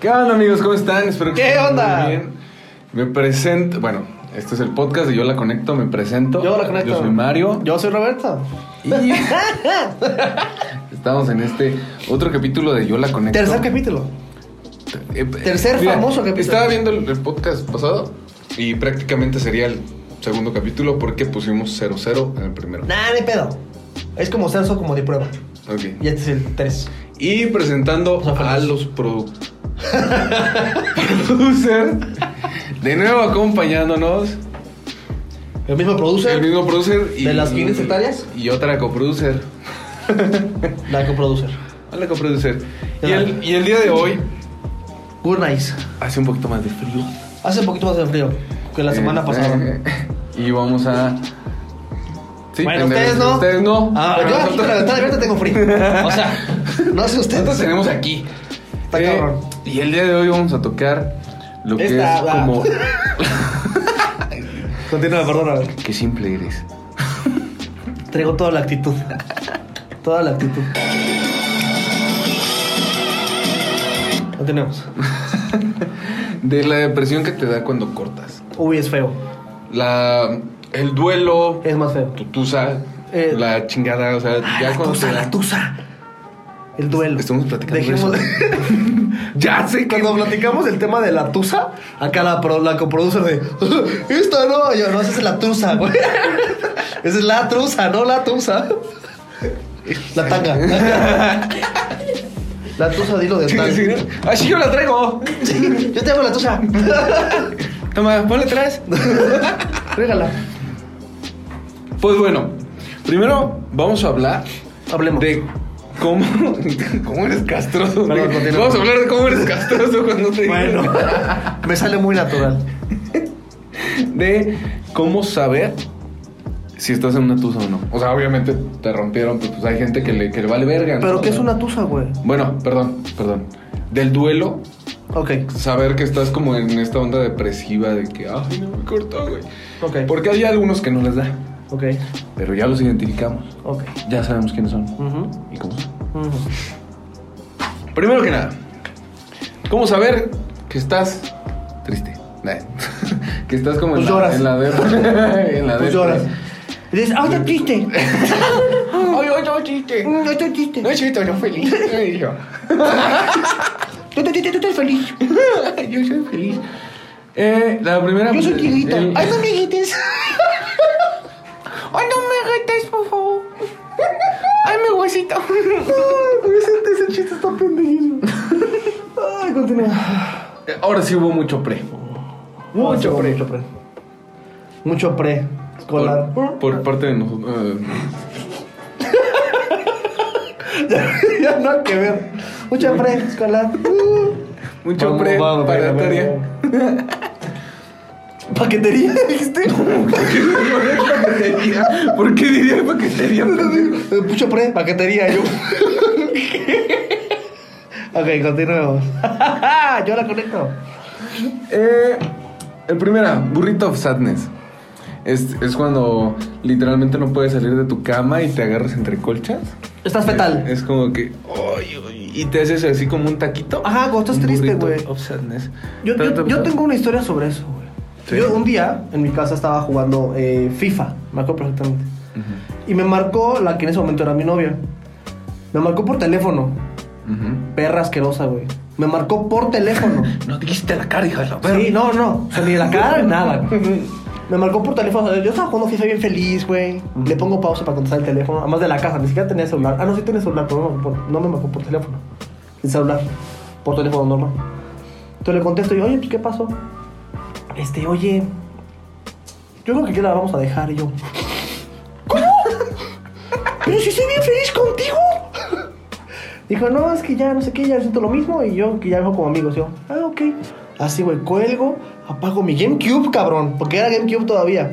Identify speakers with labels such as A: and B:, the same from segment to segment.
A: ¿Qué onda amigos? ¿Cómo están? Espero que
B: ¿Qué
A: estén
B: onda?
A: muy bien. Me presento, bueno, este es el podcast de Yo la Conecto, me presento.
B: Yo la conecto.
A: Yo soy Mario.
B: Yo soy Roberto.
A: Y estamos en este otro capítulo de Yo la Conecto.
B: Tercer capítulo.
A: Eh, eh,
B: tercer famoso capítulo.
A: Estaba viendo el, el podcast pasado y prácticamente sería el segundo capítulo porque pusimos 00 en el primero.
B: Nah, ni pedo. Es como censo, como de prueba.
A: Ok.
B: Y este es el 3.
A: Y presentando
B: O sea,
A: a
B: famoso.
A: los pro... producer. De nuevo acompañándonos.
B: El mismo producer.
A: El mismo producer y.
B: ¿De las 500 hectáreas?
A: Y otra coproducer.
B: La coproducer.
A: Hola, coproducer. Y
B: Ya.
A: el, y el día de hoy
B: Good nice.
A: hace un poquito más de frío.
B: Hace un poquito más de frío que la semana
A: Eh,
B: pasada.
A: eh, y vamos a. Sí,
B: bueno,
A: pendejos,
B: ustedes no.
A: Ustedes no.
B: Ah,
A: Pero
B: yo aquí
A: nosotros-
B: con la ventana abierta tengo frío. O sea, no sé ustedes.
A: Nosotros tenemos aquí. Eh,
B: Está cabrón.
A: Y el día de hoy vamos a tocar lo que
B: Esta,
A: es
B: va.
A: como.
B: Continúa, perdón, a ver.
A: Qué simple eres.
B: Traigo toda la actitud. Toda la actitud. Continuemos.
A: De la depresión que te da cuando cortas.
B: Uy, es feo.
A: La. El duelo.
B: Es más feo.
A: tu tusa,
B: Eh,
A: la chingada, o sea,
B: Ah,
A: ya
B: la
A: cuando
B: tusa,
A: te
B: la
A: dan-
B: tusa. El duelo.
A: Estamos platicando de
B: Dejemos-
A: ya sé que
B: Cuando platicamos el tema de la tusa, acá la, pro- la coproducer de. ¡Esta no! Yo, no, esa es la tusa, güey. Esa es la trusa, no la tusa. La tanga. La tusa, dilo de
A: Sí,
B: tal.
A: sí, sí. Así yo la traigo.
B: Yo te hago la tusa.
A: Toma, ponle atrás.
B: Régala.
A: Pues bueno, primero vamos a hablar
B: Hablemos.
A: de cómo, cómo eres castroso. güey.
B: Perdón, continúa.
A: vamos a hablar de cómo eres castroso cuando te
B: Bueno, me sale muy natural.
A: de cómo saber si estás en una tusa o no. O sea, obviamente te rompieron, pero pues hay gente que le, que le vale verga. ¿no?
B: Pero ¿qué es una tusa, güey?
A: Bueno, perdón, perdón. Del duelo
B: Ok,
A: saber que estás como en esta onda depresiva de que, ay, no me cortó, güey.
B: ok,
A: Porque hay algunos que no les da,
B: ok,
A: pero ya los identificamos,
B: ok.
A: ya sabemos quiénes son
B: Ujú,
A: y cómo son.
B: ujú.
A: Primero que nada, ¿cómo saber que estás triste? Nah, que estás como en,
B: Pues
A: la,
B: lloras.
A: en la depre- en la depre.
B: Pues lloras. Y dices, ¡ay, está triste!
A: Ay, ay, no, chiste.
B: Mm, ¡Ay, está triste!
A: No, chiste, yo feliz. Ay, yo.
B: ¡Tú estás triste, tú estás feliz!
A: Yo soy feliz. Eh, la primera.
B: ¡Yo soy chiquita!
A: el-
B: ¡Ay, no me grites!
A: Ay, no me retes, por favor. Ay, mi huesito.
B: ese chiste está pendejísimo. ¡Ay, continúa!
A: Ahora sí hubo mucho pre.
B: Mucho pre. Mucho pre. Mucho pre. Escolar.
A: Por, por parte de nosotros. eh,
B: ya no hay que ver. Mucho pre. Escolar.
A: mucho
B: Vamos,
A: pre
B: vamos,
A: para
B: venga,
A: Tania.
B: venga, ¿Paquetería, dijiste?
A: Paquetería. ¿Por qué diría paquetería?
B: Eh, Mucho pre. Paquetería. Yo. ok, continuemos. yo la conecto.
A: Eh, el primera, burrito of sadness. Es, es cuando literalmente no puedes salir de tu cama y te agarras entre colchas.
B: Estás fetal.
A: Es como que. ay, ay, y te haces así como un taquito.
B: Ajá, cuando estás
A: Un
B: triste,
A: burrito
B: güey.
A: of sadness.
B: Yo, yo-
A: Tanto-
B: yo tengo una historia sobre eso, güey.
A: Sí.
B: Yo un día en mi casa estaba jugando eh, FIFA, me acuerdo perfectamente.
A: Ujú,
B: Y me marcó la que en ese momento era mi novia. Me marcó por teléfono.
A: ujú.
B: Perra asquerosa, güey. Me marcó por teléfono.
A: No dijiste la cara, hija de la perra.
B: sí, no, no. O sea, ni de la cara ni nada. güey. Me marcó por teléfono. Yo estaba jugando FIFA bien feliz, güey. Le pongo pausa para contestar el teléfono. Además de la casa, ni siquiera tenía celular. Ah, no, sí tenía celular, pero no, me marcó por- no me marcó por teléfono. El celular. Por teléfono normal. Entonces le contesto y, oye, pues, ¿qué pasó? Este, oye. Yo creo que aquí la vamos a dejar. Y yo, ¿cómo? Pero si estoy bien feliz contigo. Dijo, no, es que ya no sé qué, ya siento lo mismo. Y yo, que ya vengo como amigos. Yo, ah, ok. Así, güey, cuelgo, apago mi GameCube, cabrón. Porque era GameCube todavía.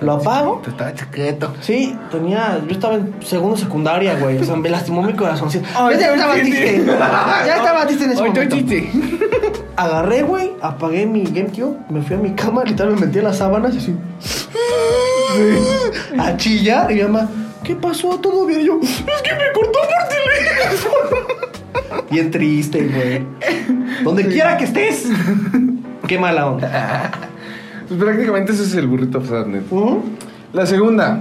B: Lo apago.
A: Tú estabas chiquito.
B: Sí, tenía. Yo estaba en segundo secundaria, güey. O sea, me lastimó mi corazoncito.
A: Ay,
B: ya
A: no
B: estaba
A: entiende.
B: triste. Ya estaba triste en ese
A: Ay, tú
B: momento.
A: chiste.
B: Agarré, güey, apagué mi GameCube, me fui a mi cama, literal me metí en las sábanas y así. A chillar y mi mamá, ¿qué pasó? ¿Todo bien? Y yo, es que me cortó por teléfono. Bien triste, güey. Donde quiera que estés. Qué mala onda.
A: Pues prácticamente ese es el burrito of sadness.
B: Ujú.
A: La segunda,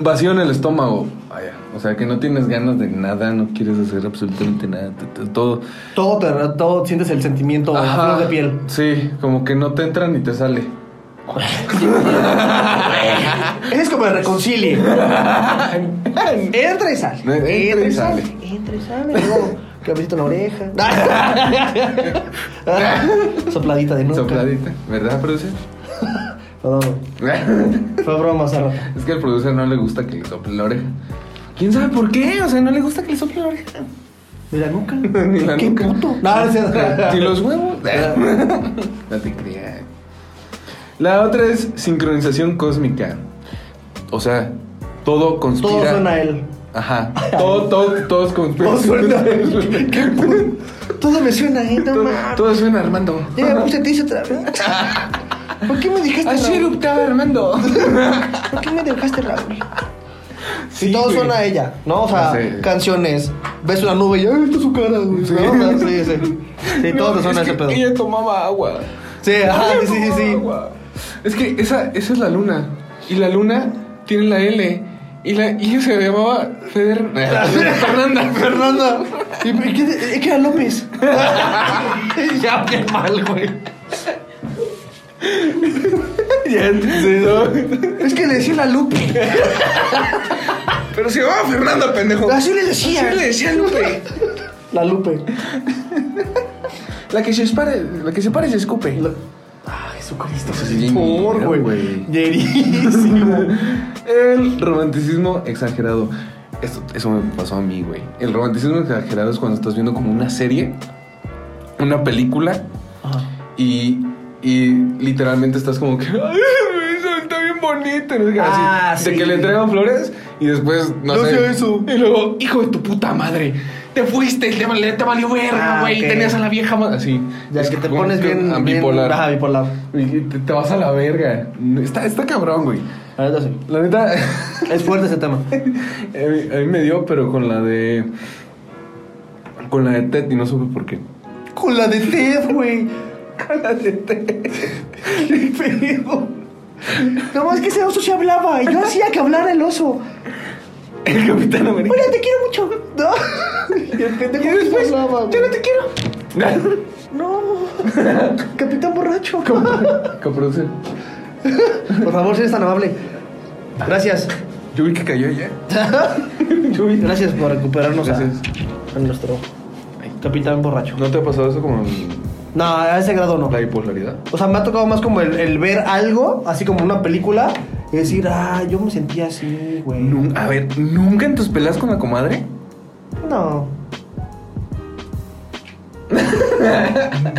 A: vacío en el estómago. Vaya, o sea que no tienes ganas de nada, no quieres hacer absolutamente nada, t- t- todo.
B: Todo, te- todo sientes el sentimiento a
A: Ajá,
B: flor de piel.
A: Sí, como que no te entra ni te sale.
B: Ese es como el reconcilie. Entra y sale.
A: Entra y sale.
B: Entra y sale. Luego, cabecito en la oreja. Sopladita de nuevo.
A: Sopladita, ¿verdad, producer?
B: Fue broma, Sarra.
A: es que al producer no le gusta que le sople la oreja. ¿Quién sabe por qué? O sea, no le gusta que le sople la oreja.
B: De la nuca.
A: Ni la
B: Qué
A: nuca.
B: puto. No, no
A: ¿Y los
B: es
A: huevos? no te creas. La otra es sincronización cósmica. O sea, todo conspira.
B: Todo suena a él.
A: Ajá. Todo, todo, todos conspiran.
B: Todo suena a él. Qué puto. Todo me suena a él, no
A: todo,
B: mames.
A: todo suena a Armando.
B: Ya me puse triste otra vez. ¿Por qué me dejaste
A: Ayer
B: Raúl?
A: optaba Armando.
B: ¿Por qué me dejaste Raúl? Si
A: Sí,
B: todo
A: güey.
B: suena a ella, ¿no? O sea,
A: Ya sé.
B: canciones. Ves una nube y ¡ay, está su cara, güey!
A: Sí.
B: ¿no? Sí, sí. Sí, todo
A: No,
B: te suena a
A: es
B: ese
A: que
B: pedo.
A: Ella tomaba agua.
B: Sí, ajá,
A: Ella
B: sí, sí, sí,
A: tomaba
B: sí.
A: agua. Es que esa, esa es la luna. Y la luna tiene la L. Y la y se llamaba Feder... Fernanda.
B: Fernanda. ¿Y y qué, te- eh, qué era López? ya, qué mal, güey.
A: Ya, ¿no?
B: Es que le decía la Lupe.
A: Pero se llamaba Fernanda, pendejo.
B: Así le decía.
A: Así le decía Lupe.
B: La Lupe.
A: La que se pare, la que se pare se escupe.
B: La- Ah, Jesucristo.
A: Eso sí,
B: Por, güey.
A: güey.
B: Llerísimo.
A: El romanticismo exagerado. Esto, eso me pasó a mí, güey. El romanticismo exagerado es cuando estás viendo como una serie, una película, y, y literalmente estás como que. ¡Ay, eso está bien bonito! ¿no? Así,
B: Ah,
A: De
B: sí.
A: que le entregan flores y después, no,
B: No
A: sé.
B: sé eso.
A: Y luego, hijo de tu puta madre. Te fuiste, te, val- te valió verga,
B: Ah,
A: güey.
B: ok.
A: Tenías a la vieja ma-". Así.
B: Ya
A: Es
B: que te
A: como
B: pones
A: que
B: bien. bien-
A: ambipolar.
B: Ajá, bipolar.
A: Y te, te vas a la verga. Está, está cabrón, güey.
B: La neta sí.
A: La neta,
B: Es fuerte ese tema.
A: a mí- a mí me dio, pero con la de. Con la de Ted y no supe por qué.
B: Con la de Ted, güey.
A: Con la de Ted.
B: Qué pedo. No más que ese oso se hablaba y yo hacía que hablara el oso.
A: El Capitán América.
B: Hola, te quiero mucho. No. Y el pendejo
A: Y después,
B: se hablaba,
A: yo no
B: güey.
A: te quiero.
B: No. Capitán borracho.
A: Coproducer.
B: Por favor, si eres tan amable. Gracias.
A: Yo vi que cayó ya. Yo vi.
B: Gracias por recuperarnos a-
A: Gracias.
B: A, nuestro capitán borracho.
A: ¿No te ha pasado eso como en
B: No, a ese grado no.
A: la bipolaridad?
B: O sea, me ha tocado más como el, el ver algo, así como una película, y decir, ah, yo me sentía así, güey.
A: Nun- A ver, ¿nunca en tus peleas con la comadre?
B: No.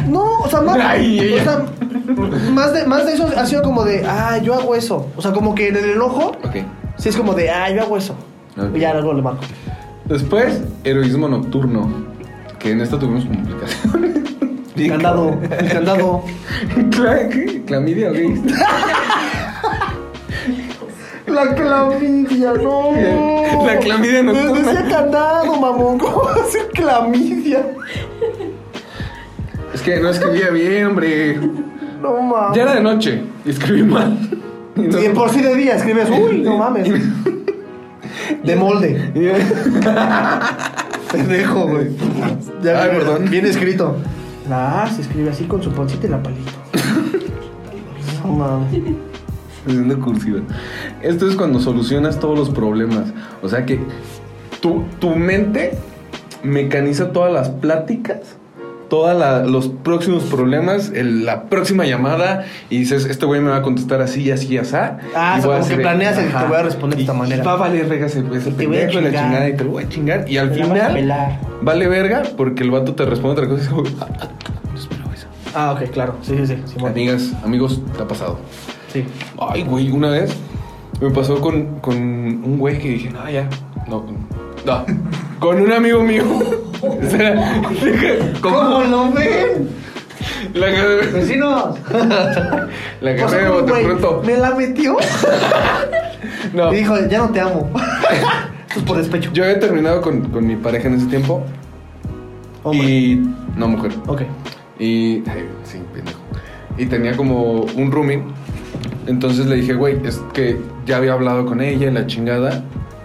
B: No, o sea, más,
A: Ay, ella.
B: o sea, más, de, más de eso ha sido como de, ah, yo hago eso. O sea, como que en el enojo,
A: Ok.
B: sí es como de, ah, yo hago eso.
A: Ok.
B: Y ya luego le marco.
A: Después, heroísmo nocturno. Que en esta tuvimos complicaciones.
B: El candado, el candado.
A: Cla- ¿qué? ¿Clamidia o qué?
B: La clamidia, no.
A: La clamidia
B: no.
A: nocturna.
B: Decía candado, mamón. ¿Cómo va a ser clamidia?
A: Es que no escribía bien, hombre.
B: No mames.
A: Ya era de noche y escribí mal. Y no-
B: Y por sí de día escribes, uy, no mames. De molde. Pendejo, güey.
A: Ay,
B: viene-
A: perdón.
B: Bien escrito. La A Ah, se escribe así con su pancita y la palito. No mames.
A: Haciendo cursiva. Esto es cuando solucionas todos los problemas. O sea que tu, tu mente mecaniza todas las pláticas, todos los próximos problemas, el- la próxima llamada y dices, este güey me va a contestar así, así, así.
B: Ah,
A: voy a
B: o sea, como que
A: hacer-
B: planeas el, "Te voy a responder de
A: Y-
B: esta
A: y
B: manera".
A: Va a valer rega ese, ese
B: Te voy a
A: pendejo y la
B: chingar.
A: chingada y te lo voy a chingar. Y al
B: Te la vas a pelar.
A: final vale verga porque el vato te responde otra cosa y dice, "Uy, ah, ah, no esperaba eso".
B: Ah, ok, claro. Sí, sí, sí. Simón.
A: Amigas, amigos, te ha pasado.
B: Sí.
A: Ay, güey, una vez me pasó con, con un güey que dije, no, ya. No, no. Con un amigo mío. O sea, dije,
B: ¿Cómo lo ven?
A: La, que-
B: Vecinos.
A: la
B: Pasó
A: carrera de
B: con un
A: bote
B: güey,
A: pronto.
B: Me la metió.
A: No.
B: Y dijo, ya no te amo. Esto es por despecho.
A: Yo había terminado con, con mi pareja en ese tiempo.
B: Hombre.
A: Y. No, mujer.
B: Oh, Ok.
A: Y. ay, sí, pendejo. Y tenía como un rooming. Entonces le dije, güey, es que ya había hablado con ella y la chingada.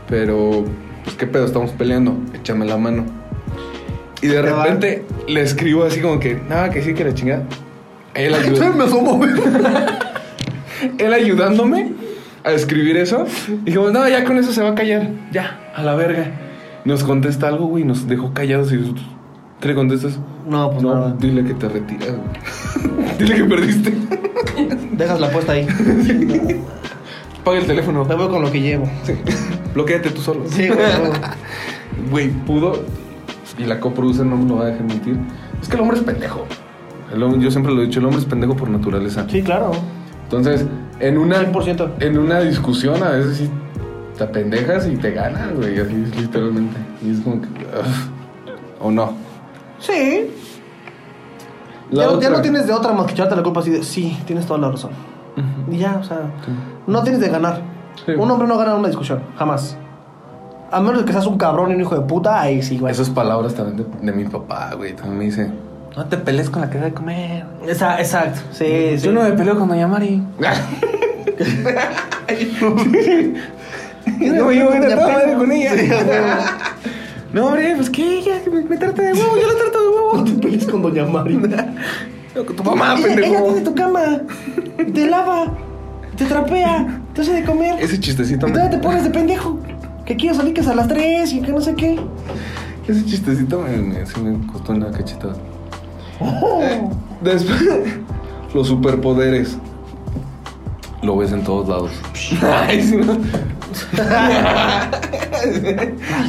A: Pero. Pues, ¿Qué pedo? Estamos peleando. Échame la mano. Y de
B: Te va.
A: repente le escribo así como que, nada, que sí, que la chingada. Él
B: Se
A: ayudó.
B: me asomó, güey.
A: él ayudándome a escribir eso. Dijimos, no, ya con eso se va a callar. Ya, a la verga. Nos contesta algo, güey, nos dejó callados y nosotros, ¿qué le contestas?
B: No, pues
A: no,
B: nada.
A: dile que te retiras, güey. dile que perdiste.
B: Dejas la puesta ahí.
A: Paga el teléfono.
B: Me voy con lo que llevo.
A: Bloquéate tú solo.
B: Sí, güey.
A: Güey, pudo. Y la coproducer no me lo va a dejar mentir. Es que el hombre es pendejo. El hombre- yo siempre lo he dicho, el hombre es pendejo por naturaleza.
B: Sí, claro.
A: Entonces, en una,
B: 100%.
A: en una discusión a veces sí te apendejas y te ganas, güey, así es literalmente. Y es como que... ugh, o no.
B: Sí.
A: La
B: Ya, no- ya
A: otra-
B: no tienes de otra más que echarte la culpa así de, sí, tienes toda la razón.
A: Ujú.
B: Y ya, o sea,
A: Sí.
B: no tienes de ganar.
A: Sí.
B: Un hombre no gana en una discusión, jamás. A menos que seas un cabrón y un hijo de puta, ahí sí, güey.
A: Esas palabras también de, de mi papá, güey, también me dice... No te pelees con la que da de comer.
B: Esa- exacto. Sí, sí.
A: Yo no me peleo con Doña Mari. no, yo
B: Ya
A: era toda madre
B: pena.
A: con ella.
B: Sí, a huevo.
A: no, hombre, pues que ella me, me trata de huevo, yo la trato de
B: No
A: huevo.
B: te pelees con Doña Marina.
A: No, con tu mamá,
B: ella, ella
A: pendejo.
B: tiene tu cama, te lava, te trapea, te hace de comer.
A: Ese chistecito
B: Y
A: me...
B: todavía te pones de pendejo. Que quiero salir que es a las 3 y que no sé qué.
A: Ese chistecito me, me- sí me costó una cachetada.
B: Oh.
A: Después, los superpoderes. Lo ves en todos lados. Ay, sí, ¿no?
B: Ay, Ah,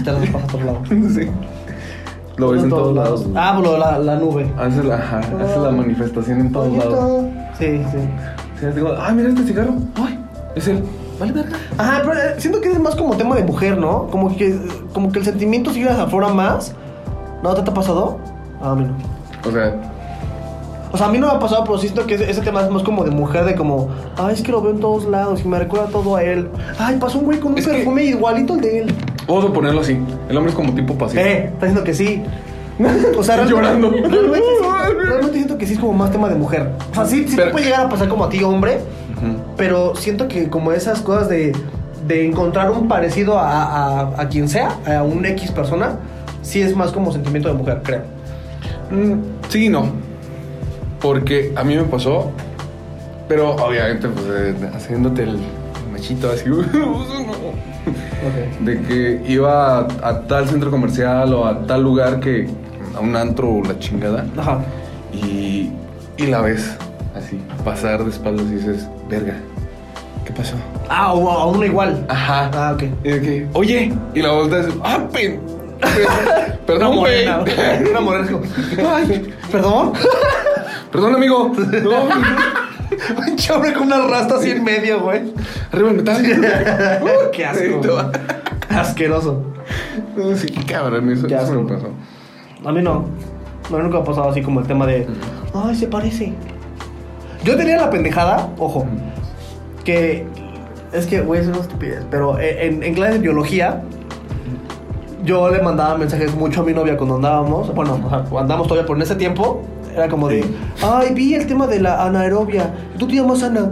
B: te las pasas por lado.
A: Sí. Lo ves en todos lados. güey.
B: Ah, pero la, la nube.
A: Haces la, ajá, haces la manifestación en todos lados.
B: Sí, sí.
A: Sí, así como, ah, mira este cigarro. Ay, es él. Vale, verga.
B: Ajá, pero eh, siento que es más como tema de mujer, ¿no? Como que, eh, como que el sentimiento sigue afuera más. ¿No te, te ha pasado? Ah, a mí no.
A: O sea,
B: O sea, a mí no me ha pasado, pero sí siento que ese, ese tema es más como de mujer, de como, ay, es que lo veo en todos lados y me recuerda todo a él. Ay, pasó un güey con un
A: Es que-
B: perfume igualito al de él.
A: vamos a ponerlo así. El hombre es como tipo pasivo.
B: Eh, está diciendo que sí. O sea, realmente-
A: Llorando.
B: Realmente, sí- realmente siento que sí es como más tema de mujer. O sea, sí, sí te
A: Pero-
B: puede llegar a pasar como a ti, hombre,
A: Ujú.
B: pero siento que como esas cosas de, de encontrar un parecido a, a- a quien sea, a un X persona, sí es más como sentimiento de mujer, creo.
A: Mm, sí y no. Porque a mí me pasó, pero obviamente, pues eh, haciéndote el machito así, pues, no.
B: Ok.
A: de que iba a, a tal centro comercial o a tal lugar que a un antro o la chingada,
B: Ajá.
A: y, y la ves así, pasar de espaldas y dices, verga, ¿qué pasó?
B: Ah, o a uno igual.
A: Ajá.
B: Ah, ok.
A: Y de que, oye, y la volta es, ah, pen- pe-
B: Una
A: perdón, güey.
B: morena, güey. Una morena. es como, Ay, perdón.
A: Perdón, amigo. No,
B: Un hombre con una rasta así en medio, güey.
A: Arriba el metal.
B: Qué asco. güey. Asqueroso.
A: sí, qué cabrón, eso,
B: Qué
A: eso
B: asco.
A: me pasó.
B: A mí no. No, nunca ha pasado así como el tema de. Ay, se parece. Yo tenía la pendejada, ojo, que. Es que, güey, es una estupidez. Pero e, en, en clase de biología, yo le mandaba mensajes mucho a mi novia cuando andábamos. Bueno, o sea, andábamos todavía, pero en ese tiempo era como de. Ay, vi el tema de la anaerobia. Tú te llamas Ana.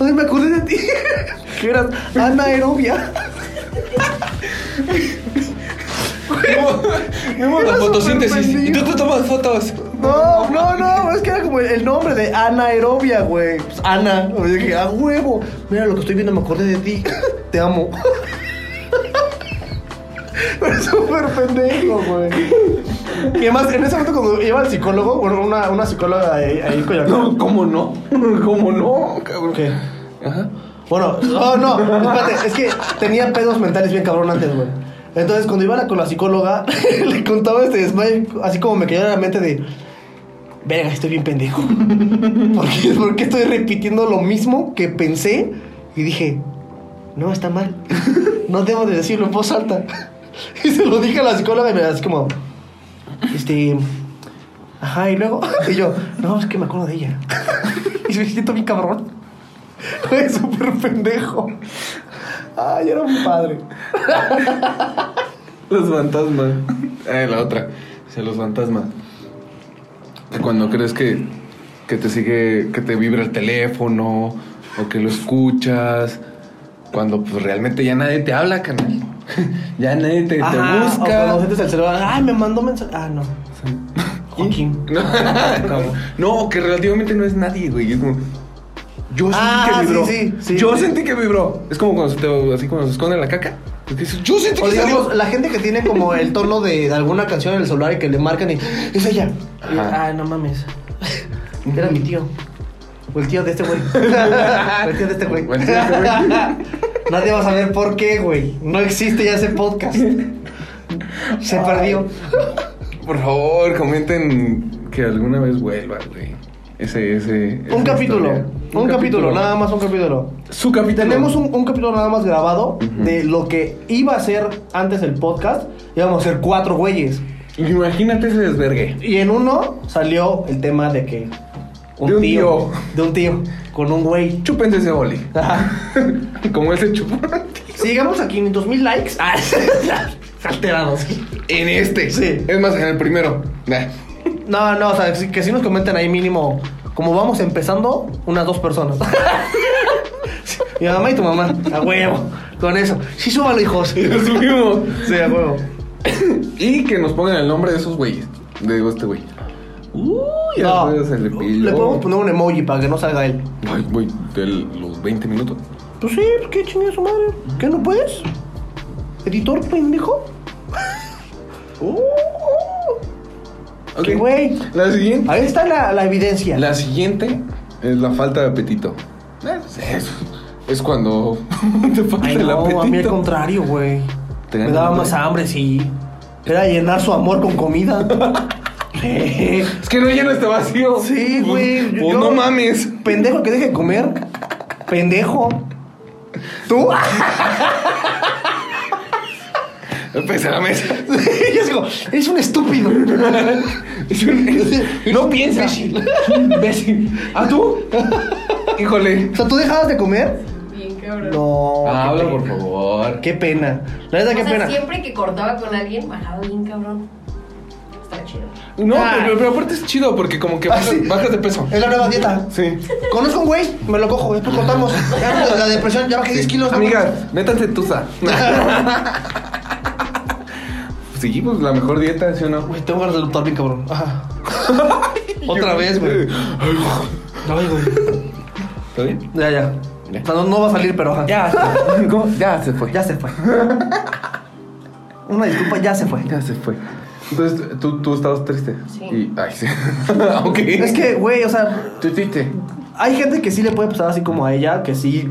B: Ay, me acordé de ti. que eras anaerobia.
A: Vemos
B: Era súper pendejo.
A: te tomas fotos.
B: No, no, no, es que era como el- el nombre de anaerobia, güey. Pues Ana. O sea, dije, a huevo. Mira lo que estoy viendo, me acordé de ti. Te amo. Pero es súper pendejo, güey. Y además, en ese momento cuando iba al psicólogo, bueno, una, una psicóloga ahí, ahí en Coyoacán.
A: No, ¿cómo no? ¿Cómo no, cabrón?
B: ¿Qué?
A: Ajá.
B: Bueno, no, no, espérate, es que tenía pedos mentales bien cabrón antes, güey. Entonces, cuando iba a la- con la psicóloga, le contaba este desmayo, así como me cayó en la mente de. Verga, estoy bien pendejo. ¿Por qué, por qué estoy repitiendo lo mismo que pensé? Y dije, no, está mal. No debo de decirlo en voz alta. Y se lo dije a la psicóloga y me así como. Este. Ajá, y luego. Y yo, no, es que me acuerdo de ella. Y me siento bien cabrón. Güey, súper pendejo. Ay, era un padre.
A: Los fantasmas. Eh, la otra. Dice, los fantasmas. Que Cuando crees que, que te sigue, que te vibra el teléfono o que lo escuchas. Cuando pues realmente ya nadie te habla, carnal. ya nadie te, te
B: Ajá, O
A: busca.
B: cuando sientes el celular, ay, me mandó mensaje. Ah, no. Joaquín.
A: No, no, que relativamente no es nadie, güey. Es como, yo sentí
B: Ah,
A: que
B: sí,
A: vibró.
B: sí, sí.
A: yo sentí que vibró. Es como cuando se te, así cuando se esconde la caca. que dices, yo sentí
B: O
A: que salió.
B: digamos, la gente que tiene como el tono de, de alguna canción en el celular y que le marcan y es ella. Y,
A: Ajá.
B: Ay, no mames. Era mi tío. O el tío de este güey. O el tío de este güey.
A: O el tío de este güey.
B: Nadie va a saber por qué, güey. No existe ya ese podcast. Se perdió.
A: Por favor, comenten que alguna vez vuelva, güey. Ese, ese.
B: Un
A: esa
B: capítulo.
A: historia.
B: Un capítulo, nada más un capítulo.
A: Su capítulo.
B: Tenemos un, un capítulo nada más grabado de lo que iba a ser antes el podcast. Íbamos a ser cuatro güeyes.
A: Imagínate ese desvergue.
B: Y en uno salió el tema de que.
A: De un tío.
B: De un tío. Con un güey.
A: Chúpense ese boli.
B: Ajá.
A: como ese chupón.
B: Si llegamos a 500 mil likes. ah, alterados.
A: En este.
B: Sí.
A: Es más, en el primero. Nah.
B: No, no, o sea, sí- que si nos comenten ahí mínimo. Como vamos empezando, unas dos personas. Mi mamá y tu mamá. A huevo. Con eso. Sí, súbalo, hijos.
A: Y lo subimos.
B: Sí, a huevo.
A: Y que nos pongan el nombre de esos güeyes. Digo, este güey. Uy, ya
B: No,
A: después se le pilló.
B: le podemos poner un emoji para que no salga él.
A: Ay, güey, de los 20 minutos.
B: Pues sí, pues qué chingada su madre. ¿Qué no puedes? ¿Editor pendejo? Uh,
A: Ok.
B: Qué güey.
A: La siguiente.
B: uh. Ahí está la, la evidencia.
A: La siguiente es la falta de apetito. Es, es- es cuando te falta
B: Ay,
A: el
B: no, a mí al
A: apetito.
B: contrario, güey.
A: ¿Te
B: Me
A: gana
B: daba
A: hambre?
B: más hambre, sí. Era llenar su amor con comida. Sí.
A: Es que no lleno este vacío.
B: Sí, güey.
A: Pues,
B: Yo-
A: no mames.
B: Pendejo que deje de comer. Pendejo. ¿Tú?
A: Pese a la mesa.
B: Yo digo, eres un estúpido.
A: Es un- es-
B: No piensa.
A: Imbécil. ¿Ah, tú? Híjole.
B: O sea, ¿tú dejabas de comer?
C: Bien cabrón.
B: No. qué
A: Ah, Habla,
B: pena.
A: por favor.
B: Qué pena. La verdad,
C: O
B: qué
C: sea,
B: pena.
C: siempre que cortaba con alguien, bajaba bien cabrón. Está chido.
A: No,
B: Ah.
A: pero, pero aparte es chido porque como que
B: Ah,
A: bajas,
B: sí.
A: bajas de peso.
B: Es la nueva dieta.
A: Sí.
B: Conozco un güey, me lo cojo, después cortamos. Ya, la- la depresión, ya bajé 10 kilos. ¿no?
A: Amiga, métanse tusa. sí, pues la mejor dieta, ¿sí o no?
B: Güey, tengo ganas de luchar bien, cabrón. Ajá. Otra vez, güey. Ay, güey.
A: ¿Está bien?
B: Ya, ya.
A: Ya.
B: O sea, no, no va a salir, pero ajá.
A: ¿Cómo? Ya se fue.
B: Ya se fue. Una disculpa, ya se fue.
A: Ya se fue. Entonces, tú, tú estabas triste.
C: Sí.
A: Y, ay, sí. ok.
B: Es que, güey, o sea,
A: Tú triste.
B: hay gente que sí le puede pasar así como a ella, que sí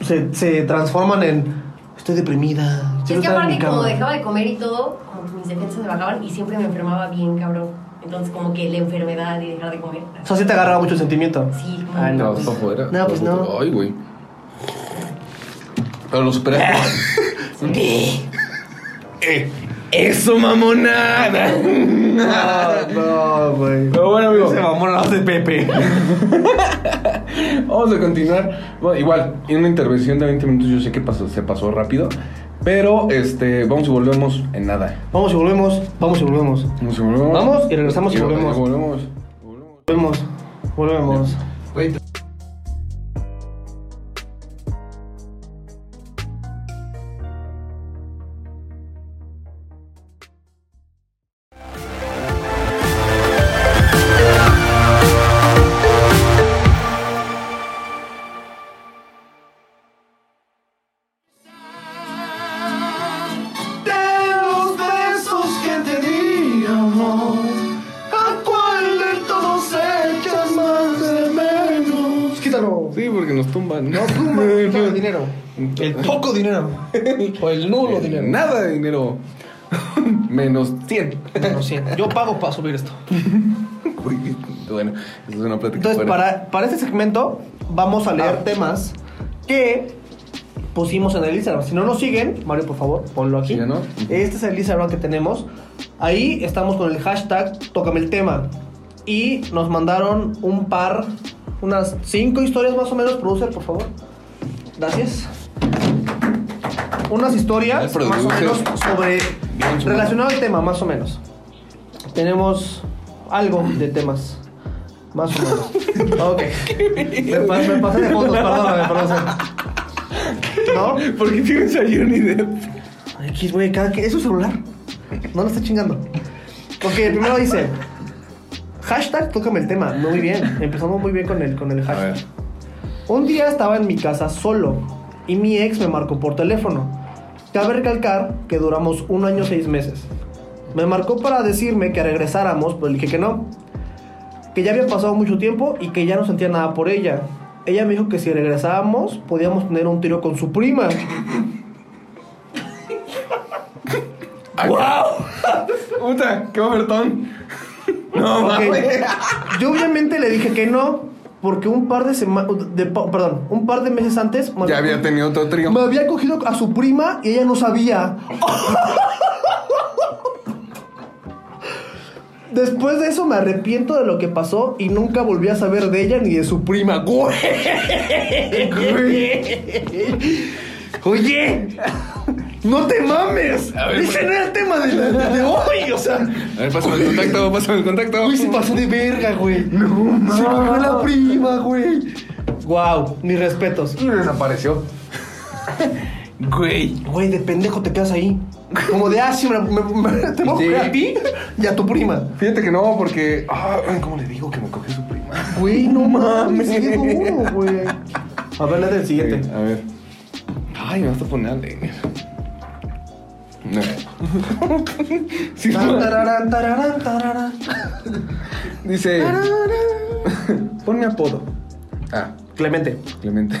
B: se, se transforman en. Estoy deprimida.
C: es
B: quiero
C: que
B: estar en mi
C: aparte, como
B: cama".
C: dejaba de comer y todo, como que mis defensas me bajaban y siempre me enfermaba bien cabrón. Entonces, como que la enfermedad y dejar de comer.
B: O sea, sí te agarraba mucho el sentimiento.
C: Sí, como-
B: Ah,
A: No,
B: no.
A: pues,
C: pues-
A: afuera.
B: no, pues, no.
A: Ay, güey. Pero lo superaste. Eh, Eso, mamonada.
B: No, güey.
A: Pero bueno, amigo.
B: Ese mamón lo hace Pepe.
A: Vamos a continuar. Bueno, igual, en una intervención de 20 minutos yo sé que pasó, se pasó rápido. Pero este, vamos y volvemos en nada.
B: Vamos y volvemos, vamos y volvemos.
A: Vamos y volvemos.
B: Vamos y regresamos y volvemos.
A: volvemos.
B: Volvemos, volvemos.
A: Güey,
B: Quítalo.
A: Sí, porque nos tumban. No
B: Quítalo el dinero. El poco dinero. O el nulo dinero.
A: Eh, Nada de dinero. Menos 100.
B: No sé, Yo pago para subir esto.
A: Güey, bueno, eso es una plática.
B: Entonces,
A: fuera. Ah.
B: para, para este segmento, vamos a leer temas que pusimos en el Instagram. Si no nos siguen, Mario, por favor, ponlo aquí.
A: Sí, ¿no?
B: Este es el Instagram que tenemos. Ahí estamos con el hashtag Tócame el tema. Y nos mandaron un par, unas cinco historias más o menos, producer, por favor. Gracias. Unas
A: El
B: historias más o
A: producer.
B: menos sobre
A: Bien, su-
B: Relacionado al tema, más o menos. Tenemos algo de temas. Más o menos. ok. Me, pa- me pasé de fotos, perdóname, perdóname. ¿No?
A: ¿Por qué tienes a Johnny Depp?
B: X, güey, cada que. ¿Eso es celular? No lo está chingando. Ok, el primero dice. Hashtag, tócame el tema. Muy bien. Empezamos muy bien con el, con el
A: A
B: hashtag.
A: ver.
B: Un día estaba en mi casa solo y mi ex me marcó por teléfono. Cabe recalcar que duramos un año seis meses. Me marcó para decirme que regresáramos, pero le dije que no. Que ya había pasado mucho tiempo y que ya no sentía nada por ella. Ella me dijo que si regresábamos podíamos tener un tiro con su prima.
A: Puta, qué ofertón. No,
B: Ok.
A: mames.
B: Yo obviamente le dije que no, porque un par de semanas, perdón, un par de meses antes me
A: Ya había tenido otro trío.
B: Me había cogido a su prima y ella no sabía. Después de eso me arrepiento de lo que pasó y nunca volví a saber de ella ni de su prima. Güey. Oye, no te mames.
A: A ver,
B: Ese no era el tema de, la- de hoy, o sea.
A: A ver, pásame el contacto, pásame el contacto.
B: Uy, se pasó de verga, güey.
A: No, mames.
B: Se cogió la prima, güey. Wow, mis respetos.
A: Y desapareció. Güey.
B: Güey, de pendejo te quedas ahí. Como de, ah, sí, me, me- me- te voy a
A: Sí.
B: coger a ti y a tu prima.
A: Fíjate que no, porque. Ah, ay, ¿cómo le digo que me cogió su prima?
B: Güey, no mames, qué duro, güey. A ver, la del siguiente.
A: A ver. Ay, me vas a poner a leer. No. Sí,
B: Tan, tararán, tararán, tararán.
A: dice.
B: Tararán.
A: Ponme apodo. Ah,
B: Clemente.
A: Clemente.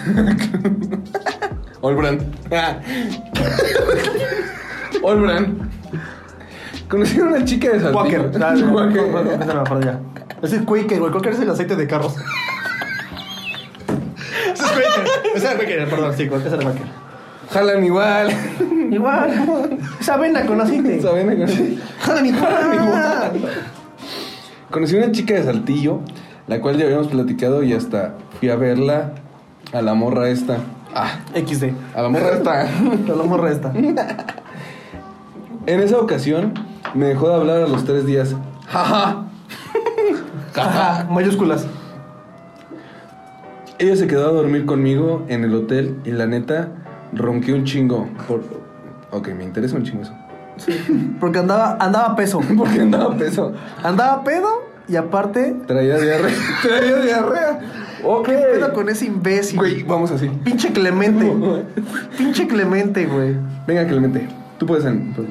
A: Olbrand. Ah. Olbrand. Conocí a una chica de Saltillo.
B: Quaker. Dale,
A: Quaker.
B: Ah, no, no, no, no, no, perdón, ya. Ese es Quaker, güey. Quaker es el aceite de carros. Ese es Quaker. Ese es Quaker, perdón, sí, Quaker, ese era Quaker.
A: Jalan igual.
B: Igual. Esa avena con aceite.
A: ¿Saben? Conocí-
B: Joder, igual.
A: Conocí a una chica de Saltillo, la cual ya habíamos platicado y hasta fui a verla a la morra esta. Ah,
B: XD.
A: a la morra esta.
B: No lo morra esta.
A: En esa ocasión me dejó de hablar a los tres días. Jaja.
B: Ajá, mayúsculas.
A: Ella se quedó a dormir conmigo en el hotel y la neta ronqué un chingo. Por... Ok, me interesa un chingo eso.
B: Porque andaba, andaba peso.
A: Porque andaba peso.
B: Andaba pedo y aparte,
A: Traía diarrea. Traía diarrea. Ok.
B: ¿qué pedo con ese imbécil?
A: Güey, vamos así.
B: Pinche Clemente. Pinche Clemente, güey.
A: Venga, Clemente, tú puedes. en- pues.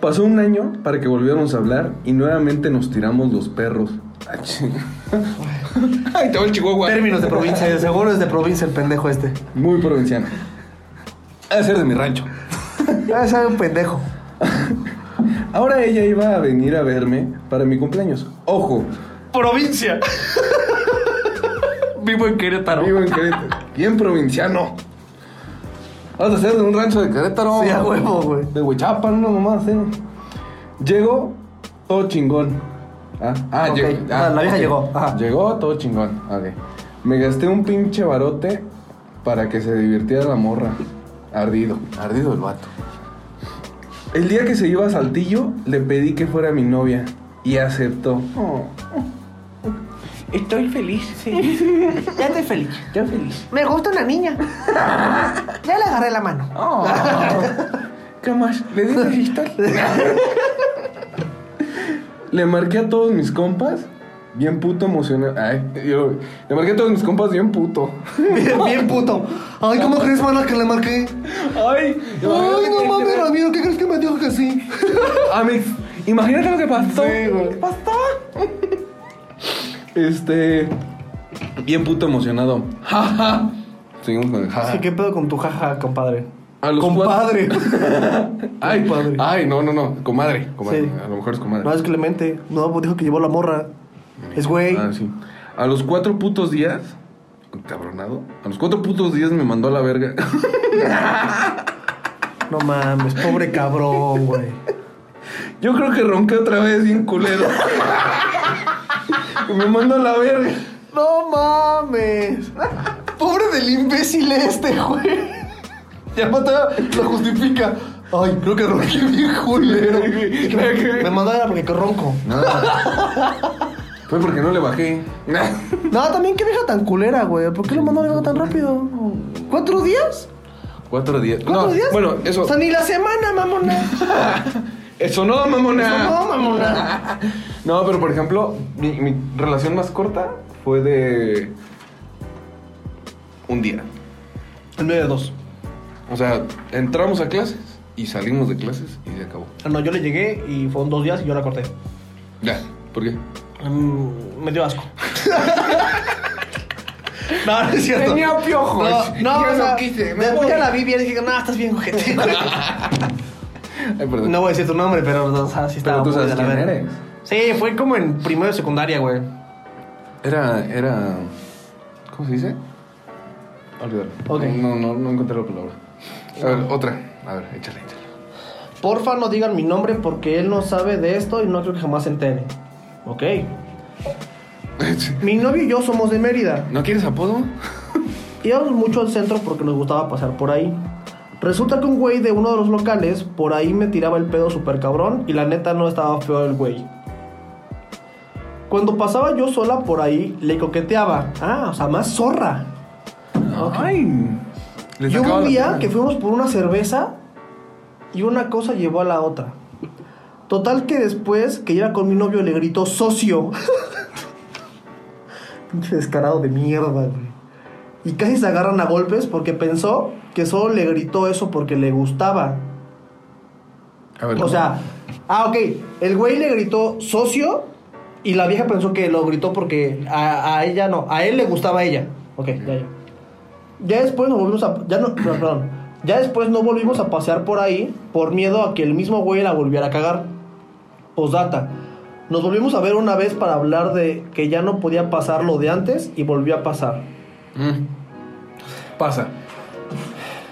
A: Pasó un año para que volviéramos a hablar y nuevamente nos tiramos los perros. Ay, ching. Ay, te va el chihuahua.
B: Términos de provincia, de seguro es de provincia el pendejo este.
A: Muy provinciano. Ha de ser de mi rancho.
B: Ah, sabe un pendejo.
A: Ahora ella iba a venir a verme para mi cumpleaños. Ojo,
B: Provincia. Vivo en Querétaro.
A: vivo en Querétaro. Bien provinciano. Vas a ser de un rancho de Querétaro.
B: Sí, a huevo, güey.
A: De Huichapan, no nomás, eh. Llegó todo chingón. Ah, ah,
B: Ok.
A: llegó. ah,
B: Ah, la vieja
A: ok.
B: llegó, ajá.
A: Llegó todo chingón. Ok. Me gasté un pinche barote para que se divirtiera la morra. Ardido. Ardido el vato. El día que se iba a Saltillo, le pedí que fuera mi novia. Y aceptó.
B: Oh. Estoy feliz, sí. Ya estoy feliz.
A: Yo feliz.
B: Me gusta una niña. Ya le agarré la mano.
A: Oh. ¿Qué más? ¿Le dices Le marqué a todos mis compas. Bien puto emocionado. Ay, yo- le marqué a todos mis compas bien puto.
B: Bien, bien puto. Ay, ¿cómo crees, mana, que le marqué?
A: Ay,
B: Ay, no mames, Ramiro, ¿qué crees que me dijo que sí?
A: Amix, imagínate lo que pasó.
B: Sí, güey.
A: ¿Qué pasó? Este. Bien puto emocionado. Ja, ja. Seguimos con el ja, ja.
B: Sí, ¿qué pedo con tu jaja, compadre?
A: A los
B: compadre.
A: Ay,
B: Compadre.
A: ay, no, no, no. Comadre. comadre.
B: Sí.
A: A lo mejor es
B: No,
A: comadre.
B: es Clemente. No, pues dijo que llevó la morra. Es güey.
A: Ah, sí. A los cuatro putos días. Cabronado. A los cuatro putos días me mandó a la verga.
B: No mames, pobre cabrón, güey.
A: Yo creo que ronqué otra vez bien culero. Y me mandó a la verga.
B: No mames. Pobre del imbécil este, güey. Ya mata, lo justifica. Ay, creo que ronqué bien culero. Me mandaron porque que ronco.
A: Nada. Fue porque no le bajé.
B: No, también qué vieja tan culera, güey. ¿Por qué lo mandaron tan rápido? ¿Cuatro días?
A: Cuatro días.
B: ¿Cuatro
A: no,
B: días?
A: Bueno, eso.
B: O sea, ni la semana, mamona.
A: Eso no, mamona.
B: Eso no, mamona.
A: No, pero por ejemplo, mi, mi relación más corta fue de. Un día.
B: En medio de dos.
A: O sea, entramos a clases y salimos de clases y se acabó.
B: Ah, No, yo le llegué y fueron dos días y yo la corté.
A: Ya, ¿por qué?
B: Mm, me dio asco. No, no es cierto.
A: Tenía piojos.
B: No, no,
A: Yo
B: o sea,
A: no quise, me
B: después
A: voy.
B: ya la vi bien y dije, no, estás bien, ojete.
A: Ay, perdón.
B: No voy a decir tu nombre, pero o sea, sí estaba
A: Pero tú
B: muy
A: sabes
B: de la
A: quién
B: verga.
A: eres.
B: Sí, fue como en primero de secundaria, güey.
A: Era, era. ¿Cómo se dice? Olvídalo.
B: Ok.
A: No, no, no encontré la palabra. A ver, otra. A ver, échale, échale.
B: Porfa, no digan mi nombre porque él no sabe de esto y no creo que jamás se entere. Ok. Mi novio y yo somos de Mérida.
A: ¿No quieres apodo?
B: Íbamos mucho al centro porque nos gustaba pasar por ahí. Resulta que un güey de uno de los locales por ahí me tiraba el pedo súper cabrón y la neta no estaba feo el güey. Cuando pasaba yo sola por ahí, le coqueteaba. Ah, o sea, más zorra.
A: Ay. le
B: Yo
A: sacaba
B: un
A: la
B: día
A: cara.
B: que fuimos por una cerveza y una cosa llevó a la otra. Total que después que iba con mi novio le gritó socio. Pinche descarado de mierda, güey. Y casi se agarran a golpes porque pensó que solo le gritó eso porque le gustaba.
A: A ver,
B: O sea, ah, ok. El güey le gritó socio y la vieja pensó que lo gritó porque a, a ella no, a él le gustaba ella. Ok, ya, ya. Ya después nos volvimos a. Ya no, no, perdón. Ya después no volvimos a pasear por ahí por miedo a que el mismo güey la volviera a cagar. Posdata. Nos volvimos a ver una vez para hablar de que ya no podía pasar lo de antes y volvió a pasar.
A: Mm. Pasa.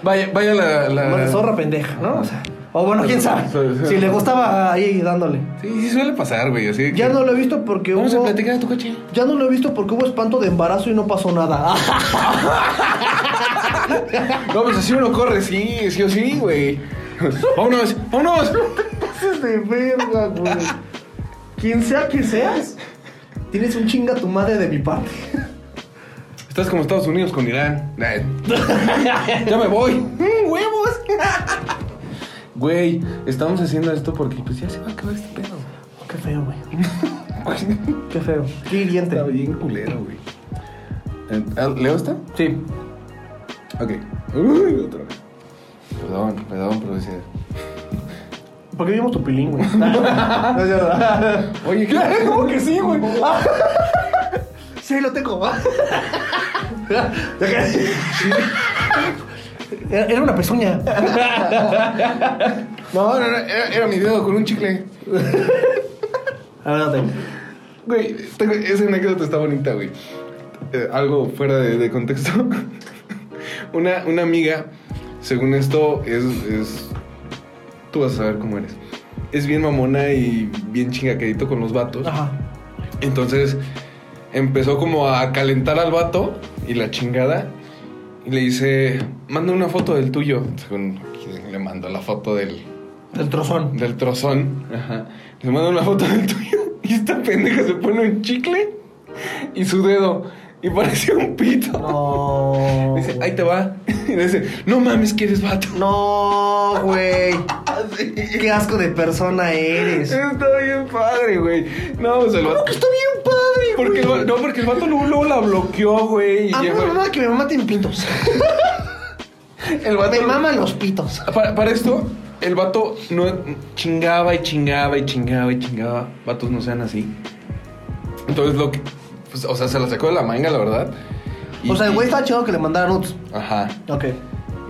A: Vaya, vaya la. la...
B: Bueno, zorra pendeja, ¿no? O, sea, o bueno, quién sabe.
A: Ah. Sí, sí.
B: Si le gustaba ahí dándole.
A: Sí, sí suele pasar, güey. Así
B: Ya
A: que-
B: no lo he visto porque
A: Vamos a
B: hubo.
A: platicar de tu coche.
B: Ya no lo he visto porque hubo espanto de embarazo y no pasó nada.
A: No, pues así uno corre, sí, sí o sí, güey. vámonos, vámonos.
B: Pases de verga, güey. Quien sea quien seas, tienes un chinga tu madre de mi parte.
A: Estás como Estados Unidos con Irán. Nah. eh. ya me voy. Mm, ¡Huevos! Güey, estamos haciendo esto porque pues ya se va a acabar este pedo.
B: Qué feo, güey.
A: Güey,
B: Qué feo. Qué hiriente.
A: Está bien culero, güey. Eh, ah, ¿Leo esta?
B: Sí.
A: Ok. Uy, otra vez. Perdón, perdón, profesor.
B: ¿Por qué vimos tu pilín, güey? No es verdad.
A: Oye,
B: ¿Cómo que sí, güey? Sí, lo tengo. Era era una pezuña.
A: No, no, no, era, era mi dedo con un chicle.
B: A ver, date.
A: Güey, tengo- esa anécdota está bonita, güey. Eh, algo fuera de, de contexto. una, una amiga, según esto, es, es- Tú vas a saber cómo eres. Es bien mamona y bien chingaquerito con los vatos.
B: Ajá.
A: Entonces empezó como a calentar al vato y la chingada. Y le dice, manda una foto del tuyo. Según le mandó la foto del,
B: El trozón.
A: del trozón. Le manda una foto del tuyo. Y esta pendeja se pone un chicle y su dedo. Y parecía un pito.
B: No.
A: Dice, ahí te va. Y le dice, no mames que eres vato.
B: No, güey.
A: Así.
B: Qué asco de persona eres.
A: Está bien padre, güey. No, o sea, el vato.
B: Está bien padre, Ah,
A: Porque el va- no, porque el vato luego, luego la bloqueó, güey. y
B: A mí
A: ya
B: me
A: fue-
B: mama que me maten pitos.
A: el vato-
B: Me maman los pitos.
A: Para, para esto, el vato no chingaba y chingaba y chingaba y chingaba. Vatos no sean así. Entonces lo que. pues, o sea, se la sacó de la manga, la verdad. Y-
B: O sea, el güey
A: y-
B: estaba chido que le mandara nudes.
A: Ajá.
B: Ok.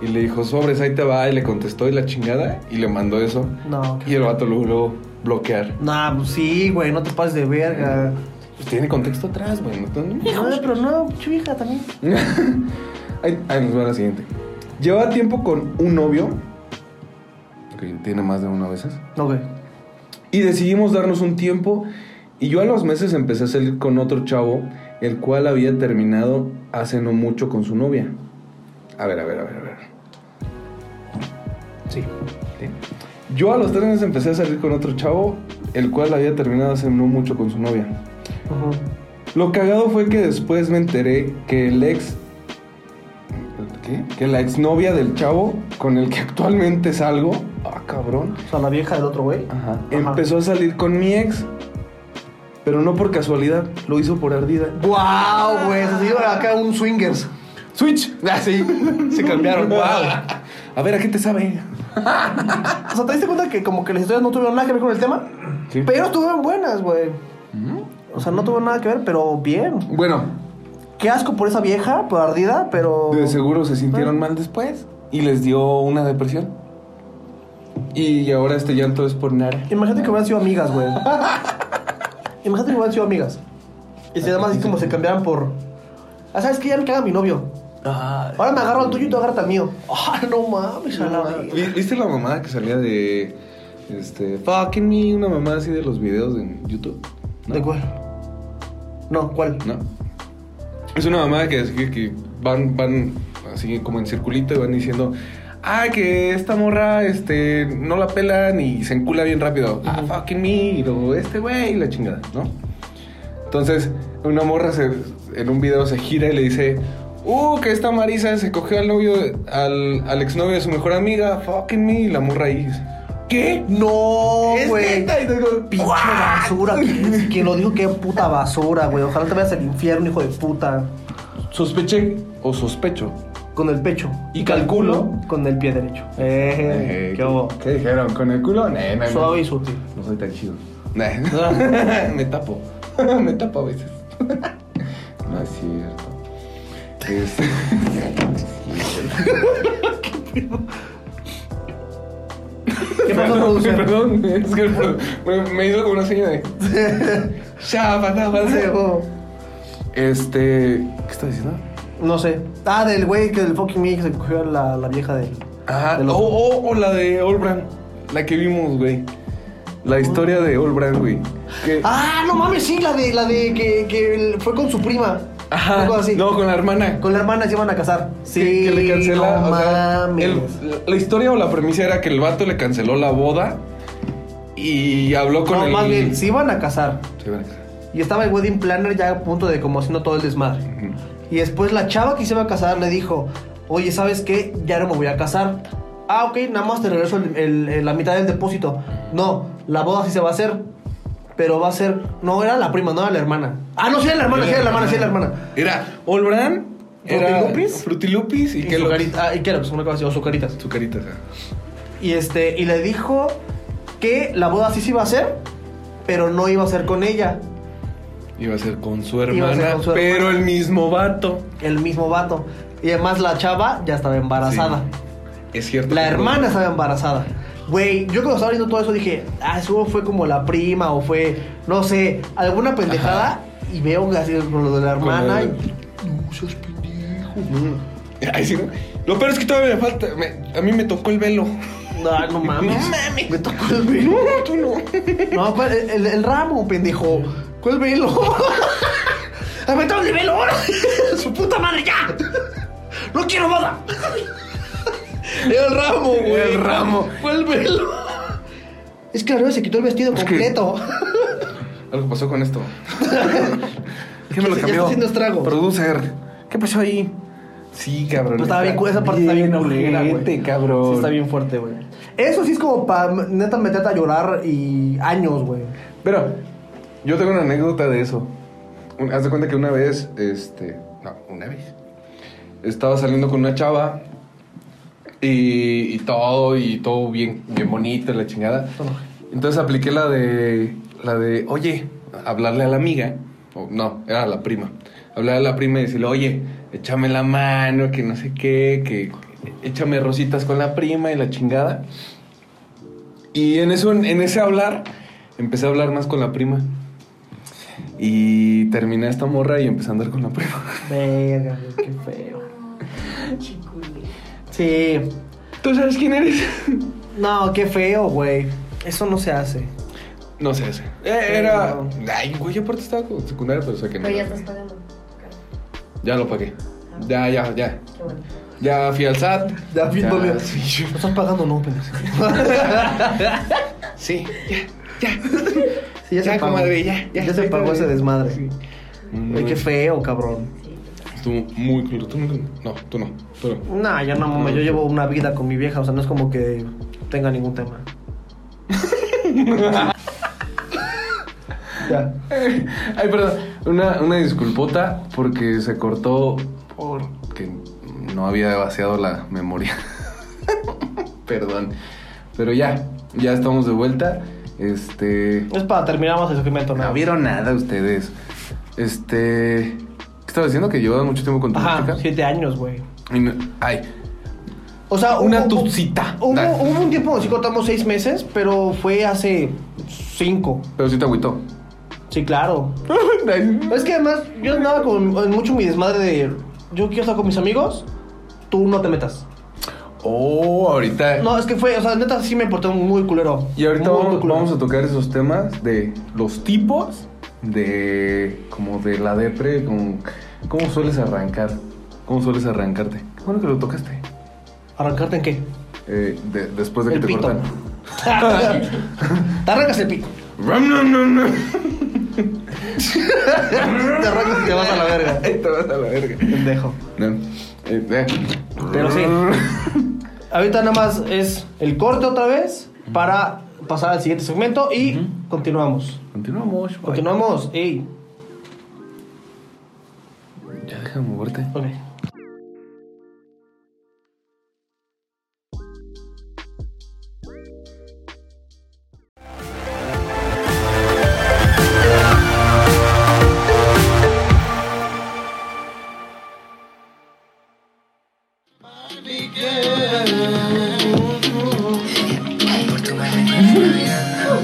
A: Y le dijo, sobres, ahí te va. Y le contestó y la chingada. Y le mandó eso.
B: No,
A: Y
B: qué-
A: el vato luego, luego bloquear.
B: Nah, pues sí, güey, no te pases de verga.
A: Pues tiene contexto atrás, güey. No, no, no.
B: No, pero no, chivija también.
A: ahí, ahí nos va la siguiente. Lleva tiempo con un novio. Que tiene más de una a veces.
B: Ok.
A: Y decidimos darnos un tiempo. Y yo a los meses empecé a salir con otro chavo, el cual había terminado hace no mucho con su novia. A ver, a ver, a ver, a ver.
B: Sí. ¿sí?
A: Yo a los tres meses empecé a salir con otro chavo, el cual había terminado hace no mucho con su novia. Lo cagado fue que después me enteré que el ex. ¿Qué? Que la exnovia del chavo con el que actualmente salgo. Ah, cabrón.
B: O sea, la vieja del otro güey.
A: Ajá. Empezó a salir con mi ex. Pero no por casualidad, lo hizo por ardida.
B: ¡Wow, güey! Se dieron acá un swingers.
A: ¡Switch!
B: Ah, sí. Se cambiaron. ¡Wow!
A: A ver, ¿a qué te sabe?
B: O sea, ¿te diste cuenta que como que las historias no tuvieron nada que ver con el tema?
A: Sí.
B: Pero estuvieron buenas, güey. O sea, no tuvo nada que ver, pero bien.
A: Bueno,
B: Qué asco por esa vieja, por ardida, pero...
A: de seguro se sintieron mal después y les dio una depresión. Y ahora este llanto es por nada.
B: Imagínate que hubieran sido amigas, güey. Imagínate que hubieran sido amigas. Y si nada más así como se cambiaran por... Ah, ¿sabes qué? Ya me caga mi novio. Ahora me agarro al tuyo y tú agarras al mío. Ah, no mames, a la verga.
A: Vi- ¿Viste la mamada que salía de. Este. Fucking me, una mamada así de los videos en YouTube? ¿No?
B: ¿De cuál? No, ¿cuál?
A: No. Es una mamada que, que, que van, van así como en circulito y van diciendo. Ah, que esta morra, este, no la pelan y se encula bien rápido. Ah, fucking me, y luego este güey, y la chingada, ¿no? Entonces, una morra se- en un video se gira y le dice, uh, que esta Marisa se cogió al novio, al, al exnovio de su mejor amiga, fucking me, y la morra ahí. ¿Qué?
B: No,
A: Es
B: güey.
A: neta, y digo,
B: Pinche basura. ¿quién- Quien lo dijo, qué puta basura, güey. Ojalá te vayas al infierno, hijo de puta.
A: Sospeché o sospecho.
B: Con el pecho.
A: Y calculo.
B: Con el pie derecho. Eh, qué hubo.
A: ¿Qué dijeron? ¿Con el culo? Nah, nah, nah.
B: Suave y sutil.
A: No soy tan chido. Nah. Me tapo. Me tapo a veces. No es cierto. Este,
B: ¿Qué pasó,
A: perdón,
B: producción?
A: perdón, es que el pro- me, me hizo como una seña de. Ya, para,
B: Sí, hubo.
A: Este. ¿Qué estaba diciendo?
B: No sé. Ah, del güey que del fucking me que se cogió a la, la vieja de.
A: Ajá.
B: del
A: O
B: otro.
A: o- o oh, la de Olbran. La que vimos, güey. La historia de Olbran, güey. Que-
B: Ah, no mames, sí, la de, la de que, que él fue con su prima.
A: Ajá.
B: Algo así.
A: No, con la hermana.
B: Con la hermana se iban a casar. Sí,
A: que, que le cancela.
B: no
A: o sea,
B: mames.
A: el- la- la historia o la premisa era que el vato le canceló la boda y habló con
B: no,
A: el.
B: más bien, se iban a casar.
A: Sí, bueno,
B: Y estaba el wedding planner ya a punto de como haciendo todo el desmadre.
A: ujú.
B: Y después la chava que se iba a casar le dijo, oye, ¿sabes qué? Ya no me voy a casar. Ah, ok, nada más te regreso el- el- el- la mitad del depósito. No, la boda sí se va a hacer. Pero va a ser... No, era la prima, no era la hermana. Ah, no, sí era la hermana, sí era la hermana, sí era la hermana.
A: Era Olbran. Era
B: ¿Frutilupis?
A: Frutilupis y,
B: Y,
A: que
B: su
A: lo- Ah,
B: carita, ah, y que era, pues, una cosa así, o su carita.
A: Su carita, o sea.
B: Y, este, y le dijo que la boda sí se iba a hacer, pero no iba a ser con ella,
A: Iba a ser con su
B: Iba a
A: hermana,
B: ser con su
A: pero
B: hermana.
A: el mismo vato.
B: el mismo vato. Y además la chava ya estaba embarazada.
A: Es cierto.
B: La
A: que-
B: hermana estaba embarazada. Güey, yo cuando estaba viendo todo eso dije, ah, eso fue como la prima o fue, no sé, alguna pendejada. Y veo así con lo de la
A: Con la
B: hermana.
A: de-
B: y, "No seas pendejo".
A: Ay, sí, ¿no? Lo peor es que todavía me falta. me- a mí me tocó el velo.
B: No, no mames.
A: No mames.
B: Me tocó el velo.
A: No, tú no.
B: No, pa- el, el- el ramo, pendejo. ¿Cuál velo? ¡Me tengo el velo! ¡Su puta madre ya! ¡No quiero boda! El ramo, güey.
A: El ramo.
B: ¿Cuál velo? Es que arriba se quitó el vestido
A: que-
B: completo.
A: Algo pasó con esto. ¿Qué me
B: Ya
A: lo
B: está
A: cambió?
B: haciendo estragos.
A: Producer. ¿Qué pasó ahí? Sí, cabrón.
B: Pero estaba bien, cu- esa parte está Pues bien culera, güey.
A: ojete, cabrón.
B: Sí, está bien fuerte, güey. Eso sí es como para neta meterte a llorar y años, güey.
A: Pero yo tengo una anécdota de eso. Un- Haz de cuenta que una vez, este, no, una vez, estaba saliendo con una chava y, y todo y todo bien, bien bonito, la chingada. Entonces apliqué la de, la de, oye, hablarle a la amiga. O, no, era la prima. Hablarle a la prima y decirle, oye, échame la mano, que no sé qué, que échame rositas con la prima y la chingada. Y en eso, en, en ese hablar, empecé a hablar más con la prima. Y terminé esta morra y empecé a andar con la prima.
B: Verga, güey, qué feo.
C: Chico,
B: Sí.
A: ¿Tú sabes quién eres?
B: No, qué feo, güey. Eso no se hace.
A: No sé, ese. Eh, era. Ay, güey, aparte estaba con secundaria, pero sé que no.
C: Pero ya
A: era.
C: estás pagando.
A: Ya lo pagué. Ya, ya, ya.
C: Qué bueno.
A: Ya fui al SAT.
B: Ya, fin, dole. ¿No
A: sí.
B: estás pagando no, pendejo?
D: Sí, ya,
B: Sí,
D: Ya,
B: ya, se pagó.
D: comadre, ya, ya
B: se
D: estoy
B: pagó
D: contenta.
B: ese desmadre.
A: Mm,
B: Ay, qué feo, cabrón.
A: Estuvo muy crudo. Tú nunca- No, tú no. Pero.
B: Nah, ya no, mames, yo llevo una vida con mi vieja, o sea, no es como que tenga ningún tema. ya.
A: Ay, perdón. Una, una disculpota porque se cortó porque no había vaciado la memoria. perdón. Pero ya, ya estamos de vuelta. Este.
B: Es para terminar más el segmento, ¿no?
A: No vieron nada ustedes. Este. ¿Qué estaba diciendo? Que llevaba mucho tiempo con tu
B: Ajá,
A: música.
B: siete años, güey.
A: Y no- ay,
B: O sea,
A: Una
B: hubo-
A: tucita.
B: Hubo,
A: Dale.
B: hubo un tiempo, sí contamos seis meses, pero fue hace cinco.
A: pero sí te agüitó.
B: Sí, claro. Es que además, yo andaba con en mucho mi desmadre de. Yo quiero estar con mis amigos, tú no te metas.
A: Oh, ahorita.
B: No, es que fue, o sea, neta sí me porté muy culero.
A: Y ahorita
B: Muy, muy
A: vamos,
B: culero.
A: vamos a tocar esos temas de los tipos de como de la depre, como cómo sueles arrancar, cómo sueles arrancarte. Qué Bueno, que lo tocaste.
B: ¿Arrancarte en qué?
A: Eh, de- después de
B: El
A: que te
B: pito.
A: cortan.
B: te arrancas el pito.
A: Ram, nam, nam, nam.
B: Te arrancas y te vas a la verga.
A: Ahí te vas a la verga.
B: Pendejo.
A: No, eh, eh.
B: Pero sí. Ahorita nada más es el corte otra vez para pasar al siguiente segmento y continuamos.
A: Continuamos. bye.
B: Continuamos. Ey.
A: Ya deja de moverte.
B: Ok.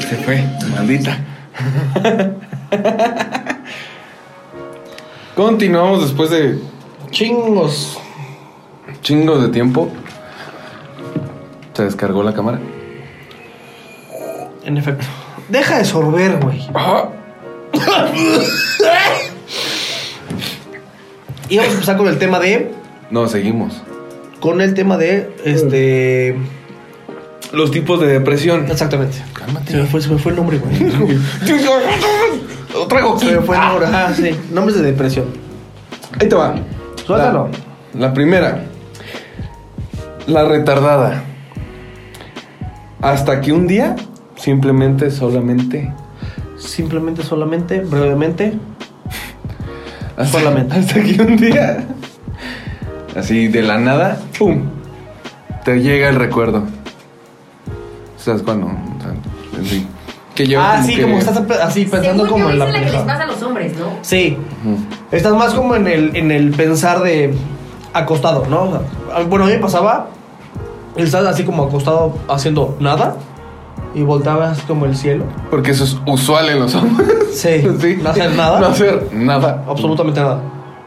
A: Se fue, maldita. Continuamos después de
B: Chingos.
A: chingos de tiempo. Se descargó la cámara.
B: En efecto. Deja de sorber, güey.
A: Ah,
B: Y vamos a empezar con el tema de.
A: No, seguimos.
B: Con el tema de. Este.
A: Los tipos de depresión.
B: Exactamente. Se me
A: Cálmate.
B: fue, se me fue el nombre, güey.
A: Lo traigo.
B: Se me fue el nombre. Ah, sí. Nombres de depresión.
A: Ahí te va.
B: Suéltalo.
A: La, la primera. La retardada. Hasta que un día simplemente, solamente.
B: Simplemente, solamente, brevemente.
A: Hasta,
B: Solamente.
A: Hasta que un día. Así de la nada. ¡Pum! Te llega el recuerdo. ¿Sabes cuándo? O sea, en fin. Que yo
B: ah, sí,
A: que-
B: como estás pe- así pensando
C: Según
B: como
C: yo,
B: en
C: esa
B: la,
C: es la que les
B: pendeja.
C: pasa a los hombres, ¿no?
B: Sí,
A: Ujú.
B: estás más como en el, en el pensar de acostado, ¿no? O sea, a- bueno, a mí me pasaba, estás así como acostado haciendo nada y voltabas como el cielo.
A: Porque eso es usual en los hombres.
B: Sí,
A: Sí.
B: Eh, no hacer nada.
A: No hacer nada.
B: Absolutamente nada.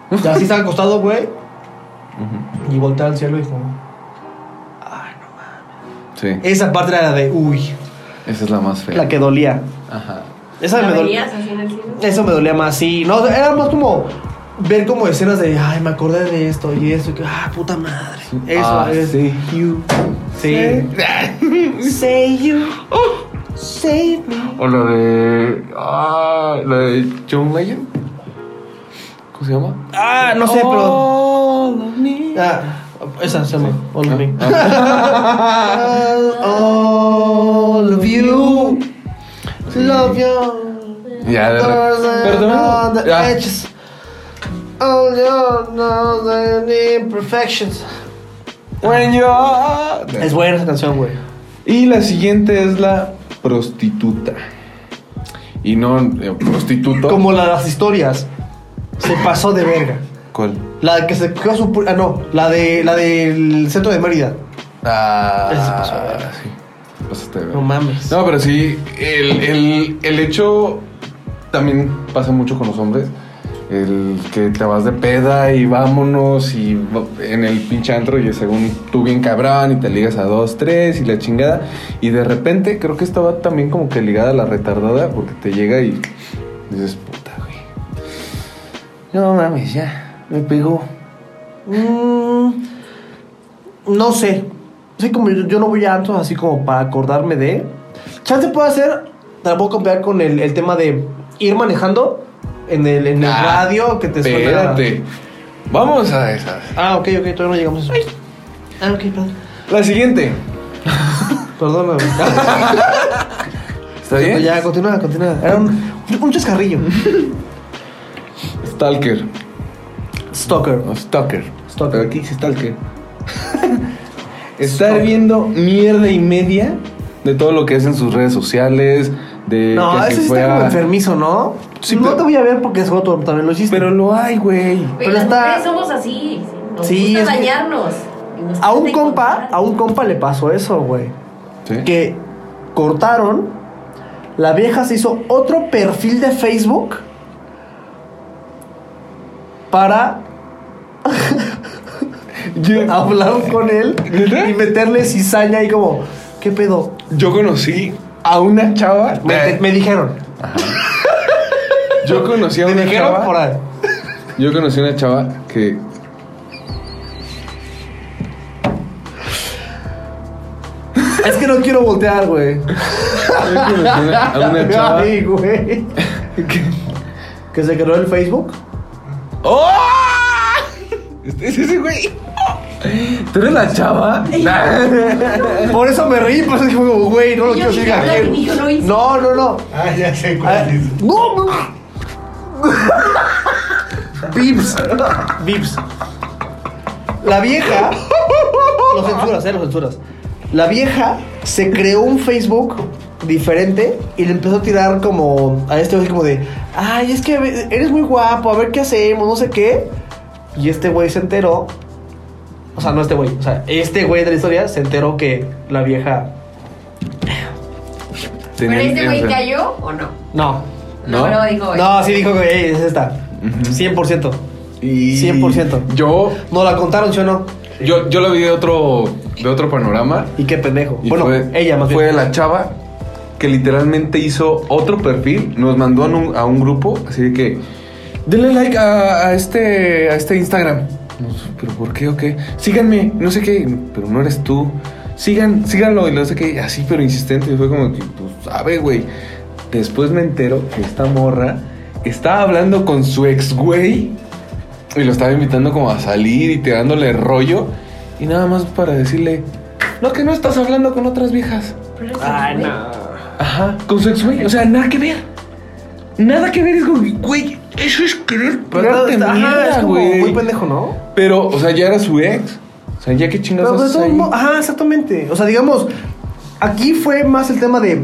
B: O sea, así estás acostado, güey,
A: Ujú.
B: y voltear al cielo y como...
A: Sí.
B: Esa parte era la de, uy,
A: Esa es la más fea.
B: la que dolía.
A: Ajá.
B: Esa
C: ¿La
B: me dolía.
C: veías así en el cielo?
B: Eso me dolía más, sí. No, o sea, era más como ver como escenas de, ay, me acordé de esto y eso, y que, ah, puta madre. Eso
A: Ah,
B: es.
A: sí.
B: You. Sí. Say you. Save me.
A: O la de. Ah, la de John Legend. ¿Cómo se llama? Oh,
B: Ah, no sé, pero.
A: All of me.
B: Ah, esa se llama All of Me.
A: Ah,
B: All of you. Love you.
A: Ya, de re-
B: Perdón.
A: Perdón. Ya.
B: All your known imperfections.
A: When you are-
B: Es buena esa canción, güey.
A: Y la siguiente es la prostituta. Y no eh, prostituto.
B: Como la de las historias. Se pasó de verga.
A: ¿Cuál?
B: La que se quedó su. pu- Ah, no. La de la del centro de Mérida.
A: Ah,
B: Ese se pasó de verga.
A: sí. Pasaste de
B: No
A: verga.
B: mames.
A: No, pero sí, el, el- el hecho también pasa mucho con los hombres. El que te vas de peda y vámonos y va- en el pinche antro y según tú bien cabrón y te ligas a dos, tres y la chingada. Y de repente creo que estaba también como que ligada a la retardada porque te llega y dices, puta, güey. No mames, ya, me pegó.
B: Mm, no sé. Así como yo, yo no voy a antes así como para acordarme de. Chance puede hacer. Tampoco pegar con el, el tema de ir manejando en el, en el
A: Ah,
B: radio que te suena.
A: Espérate. Vamos a esas.
B: Ah, ok, ok, todavía no llegamos a eso. Ah, ok, perdón.
A: La siguiente.
B: Perdóname.
A: ¿Está bien?
B: Ya, continúa, continúa. Era un, un chascarrillo.
A: Stalker.
B: Stalker.
A: O stalker.
B: Stalker.
A: Pero aquí dice stalker. Estar viendo mierda y media de todo lo que es en sus redes sociales. De
B: No,
A: que
B: eso sí
A: fue
B: está
A: a-
B: como enfermizo, ¿no?
A: Sí,
B: no
A: pero-
B: te voy a ver porque es otro, también lo hiciste.
A: Pero lo hay, güey.
C: Pero
B: Pero
C: las
B: está-
C: mujeres somos así. Nos
B: Sí,
C: gusta
B: es que-
C: dañarnos. Y nos
B: a un
C: gusta
B: compa,
C: encontrar.
B: a un compa le pasó eso, güey.
A: ¿Sí?
B: Que cortaron, la vieja se hizo otro perfil de Facebook para
A: Yo, ah,
B: hablar con él
A: ¿Neta?
B: y meterle cizaña y como, ¿qué pedo?
A: yo conocí a una chava.
B: Me, me dijeron.
A: yo conocí a
B: Me
A: una
B: dijeron
A: chava.
B: por ahí.
A: Yo conocí a una chava que.
B: Es que no quiero voltear, güey.
A: Yo conocí a una, a una chava.
B: Ah, Ay, güey.
A: que-
B: Que se creó el Facebook.
A: ¡Oh! Este es ese güey. ¿Tú eres la chava?
B: Por eso me reí, por eso dije, güey, no lo
C: Y
B: quiero
C: yo dije,
B: decir
C: "Ay, ni yo lo hice".
B: No, no, no.
D: Ah, ya sé
B: Ah,
D: cuál es.
B: No, no. Vips. Vips. La vieja. Lo censuras, eh, lo censuras. La vieja se creó un Facebook diferente y le empezó a tirar como a este güey como de, ay, es que eres muy guapo, a ver qué hacemos, no sé qué. Y este güey se enteró. O sea, no este güey, o sea, este güey de la historia se enteró que la vieja...
C: ¿Pero
A: Tenía-
C: este güey
A: o sea,
C: cayó o no?
B: No.
A: ¿No?
C: no digo.
B: No, sí dijo que "Ey, es esta. 100%.
A: Y
B: 100%.
A: Yo,
B: No la contaron, ¿sí o no?
A: yo, yo la vi de otro, de otro panorama.
B: Y qué pendejo.
A: Y
B: bueno,
A: fue,
B: ella más
A: Fue
B: bien.
A: la chava que literalmente hizo otro perfil. Nos mandó a un, a un grupo. Así de que. Denle like a, a este, a este Instagram. No sé, Pero ¿por qué o qué? Síganme, no sé qué. Pero no eres tú. Sigan, síganlo. Y no sé qué. Así, pero insistente. Y fue como que, pues, sabe, güey. Después me entero que esta morra estaba hablando con su ex güey. Y lo estaba invitando como a salir y tirándole rollo. Y nada más para decirle, no, que no estás hablando con otras viejas.
C: Pero eres
B: Ay,
C: un güey.
B: Ah, no.
A: Ajá, con su ex güey. O sea, nada que ver. Nada que ver es como, güey, eso es querer
B: Pero
A: pararte
B: está- ajá, es
A: mierda,
B: como muy
A: güey.
B: pendejo, ¿no?
A: Pero, o sea, ya era su ex. O sea, ya que chingas
B: Pero pues, de
A: haces
B: todos
A: ahí?
B: modos- ajá, exactamente. O sea, digamos, aquí fue más el tema de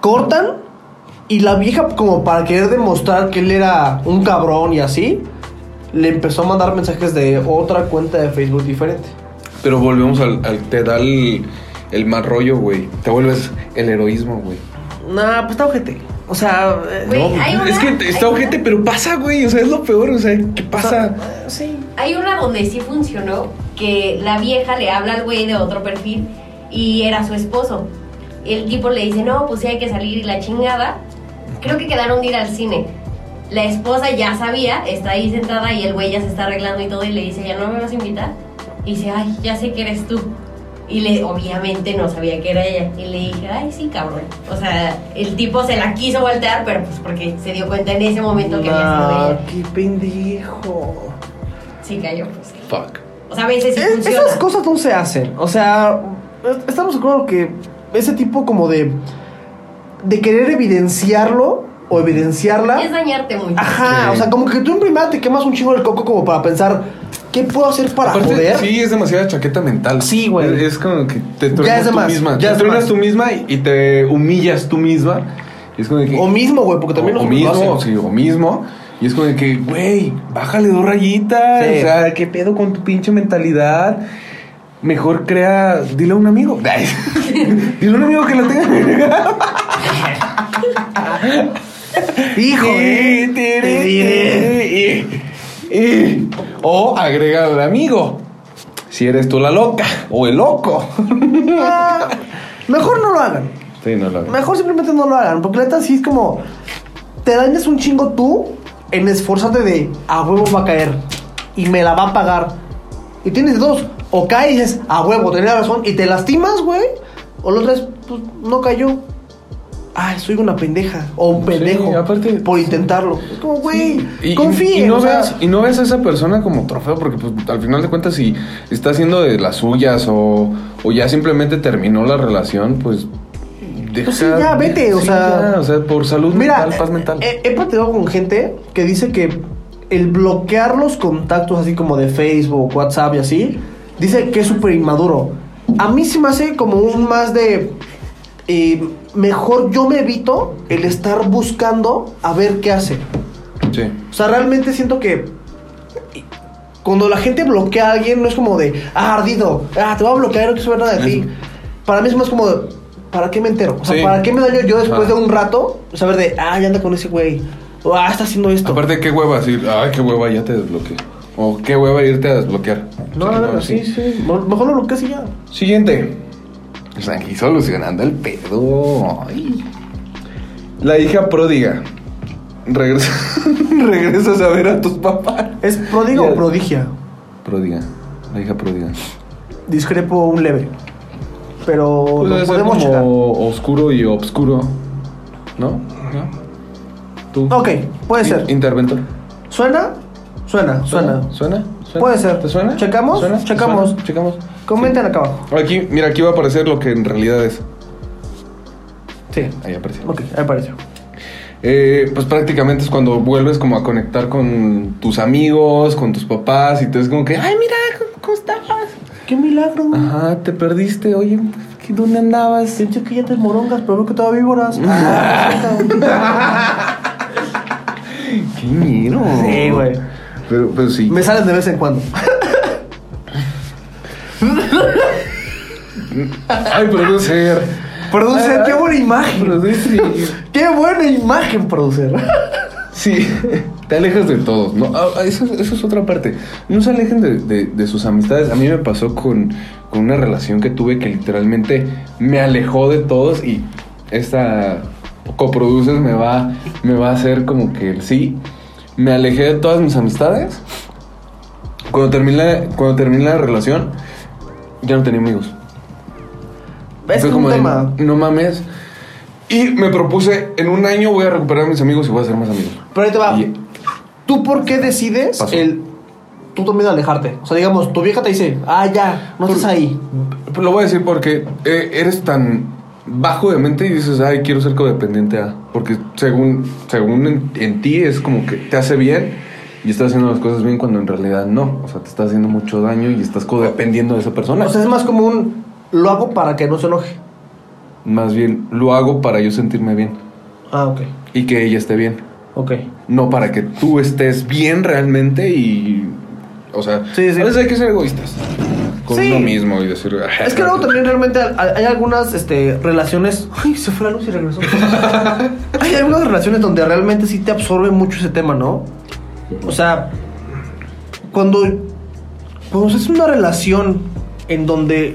B: cortan y la vieja como para querer demostrar que él era un cabrón y así, le empezó a mandar mensajes de otra cuenta de Facebook diferente.
A: Pero volvemos al, al- te da el, el mal rollo, güey. Te vuelves el heroísmo, güey.
B: Nah, pues está ojete. O sea, eh,
C: Güey, hay una-
A: es que está
C: hay una-
A: ojete, pero pasa, güey. O sea, es lo peor. O sea, ¿qué
B: o sea,
A: pasa?
B: eh, sí.
C: Hay una donde sí funcionó que la vieja le habla al güey de otro perfil y era su esposo. El tipo le dice, no, pues sí hay que salir y la chingada. Creo que quedaron de ir al cine. La esposa ya sabía, está ahí sentada y el güey ya se está arreglando y todo y le dice, ya no me vas a invitar. Y dice, ay, ya sé que eres tú. Y le, obviamente no sabía que era ella. Y le dije, ay, sí, cabrón. O sea, el tipo se la quiso voltear, pero pues porque se dio cuenta en ese momento que había sido
B: Nah,
C: ella.
B: qué pendejo.
C: Sí, cayó. Pues, sí.
A: Fuck.
C: O sea, a veces sí
B: Es-
C: funciona.
B: esas cosas no se hacen. O sea, est- estamos de acuerdo que ese tipo como de. de querer evidenciarlo o
C: Es
B: evidenciarla.
C: dañarte mucho.
A: Sí.
B: Ajá, o sea, como que tú en primera te quemas un chingo el coco como para pensar, ¿qué puedo hacer para
A: Aparte,
B: joder?
A: Sí, es demasiada chaqueta mental.
B: Sí, güey.
A: Es, es como que te
B: Ya es
A: truenas
B: de
A: tú
B: más,
A: misma.
B: ya
A: te
B: es
A: truenas
B: más.
A: tú misma y- y te humillas tú misma. Y es como de que.
B: O mismo, güey, porque también
A: o- o
B: los
A: mismo, sí, o mismo. Y es como de que, güey, bájale dos rayitas.
B: Sí.
A: O sea, ¿qué pedo con tu pinche mentalidad? Mejor crea. Dile a un amigo. dile a un amigo que lo tenga.
B: Hijo, eh,
A: Sí,
B: te
A: tiri,
B: diré.
A: tiri, y- y- O agrega al amigo. Si eres tú la loca o el loco.
B: Ah, Mejor no lo hagan.
A: Sí, no lo hagas.
B: Mejor simplemente no lo hagan, porque la neta sí es como. Te dañas un chingo tú en esforzarte de a huevo va a caer y me la va a pagar. Y tienes dos: o O caes y dices, a huevo, tenía razón, y te lastimas, güey. O la otra vez, pues, no cayó. Ay, soy una pendeja. O un
A: Sí,
B: pendejo.
A: aparte-
B: por intentarlo. Es como, güey,
A: Y,
B: confíen.
A: y no
B: o sea,
A: veas, y no veas a esa persona como trofeo, porque pues, al final de cuentas, si está haciendo de las suyas o, o ya simplemente terminó la relación, pues. Deja,
B: Pues sí, ya, vete, o
A: sí,
B: sea-
A: ya, o sea, por salud
B: Mira, eh,
A: mental, paz mental.
B: He, he platicado con gente que dice que el bloquear los contactos así como de Facebook, WhatsApp y así, dice que es súper inmaduro. A mí se me hace como un más de... eh, mejor yo me evito el estar buscando a ver qué hace.
A: sí.
B: O sea, realmente siento que cuando la gente bloquea a alguien, no es como de, ah, ardido, ah, te voy a bloquear, no quiero saber nada de ti. Para mí es más como, de, ¿para qué me entero? O sea,
A: Sí.
B: ¿para qué me daño yo después
A: Ah.
B: de un rato saber de, ah, ya anda con ese güey? O, ah, está haciendo esto.
A: Aparte, qué hueva decir, ay, qué hueva, ya te desbloqueé. O qué hueva irte a desbloquear.
B: no,
A: O sea,
B: no, no, sí, sí. Mo- Mejor lo bloqueas y ya.
A: Siguiente. Pues aquí solucionando el pedo. Ay. La hija pródiga. Regresa, regresas a ver a tus papás.
B: ¿Es prodigo
A: Ya.
B: o prodigia?
A: Pródiga. La hija pródiga.
B: Discrepo un leve. Pero
A: Pues
B: lo
A: debe ser
B: podemos
A: como
B: checar.
A: oscuro y obscuro. ¿No? ¿Tú?
B: Ok, puede
A: In-
B: ser.
A: Interventor.
B: ¿Suena? Suena, suena.
A: ¿Suena? ¿Suena?
B: Puede ser.
A: ¿Te suena?
B: ¿Checamos?
A: ¿Suena? ¿Te
B: Checamos.
A: suena? Checamos.
B: Comenten acá abajo.
A: Aquí, mira, aquí va a aparecer lo que en realidad es.
B: Sí.
A: Ahí aparece.
B: Ok, ahí apareció.
A: Eh, pues prácticamente es cuando vuelves como a conectar con tus amigos, con tus papás y te es como que, ay, mira, ¿cómo, cómo estabas?
B: ¡Qué milagro!
A: Ajá, te perdiste, oye, ¿qué- ¿dónde andabas?
B: Pensé que ya te morongas, pero veo que todavía víboras.
A: Qué miedo.
B: Sí, güey.
A: Pero, pero sí.
B: Me salen de vez en cuando.
A: Ay, producer.
B: Producer,
A: Ay,
B: qué
A: ay,
B: buena imagen.
A: Producer.
B: ¡Qué buena imagen, producer!
A: Sí, te alejas de todos, ¿no? Ah, ah, Eso, eso es otra parte. No se alejen de, de- de sus amistades. A mí me pasó con, con una relación que tuve que literalmente me alejó de todos y esta coproduces me va, me va a hacer como que el sí. Me alejé de todas mis amistades. Cuando terminé, cuando terminé la relación, ya no tenía amigos.
B: Es
A: Fue
B: que un
A: de,
B: tema.
A: no mames. Y me propuse, en un año voy a recuperar a mis amigos y voy a hacer más amigos.
B: Pero ahí te va.
A: Y-
B: ¿Tú por qué decides
A: Pasó.
B: el. Tú también alejarte? O sea, digamos, tu vieja te dice, ah, ya, no
A: Por-
B: estás ahí.
A: Lo voy a decir porque eh, eres tan bajo de mente y dices, ay, quiero ser codependiente a. Porque según, según en, en ti es como que te hace bien y estás haciendo las cosas bien cuando en realidad no. O sea, te está haciendo mucho daño y estás codependiendo de esa persona.
B: O sea, es más como un. Lo hago para que no se enoje.
A: Más bien, lo hago para yo sentirme bien
B: Ah, ok.
A: y que ella esté bien.
B: Ok.
A: No para que tú estés bien realmente y. O sea,
B: Sí, sí.
A: a veces hay que ser egoístas con
B: Sí.
A: uno mismo y decir.
B: Es que luego también realmente al- al- hay algunas este, relaciones. Ay, se fue la luz y regresó. hay algunas relaciones donde realmente sí te absorbe mucho ese tema, ¿no? O sea, cuando. Cuando es una relación en donde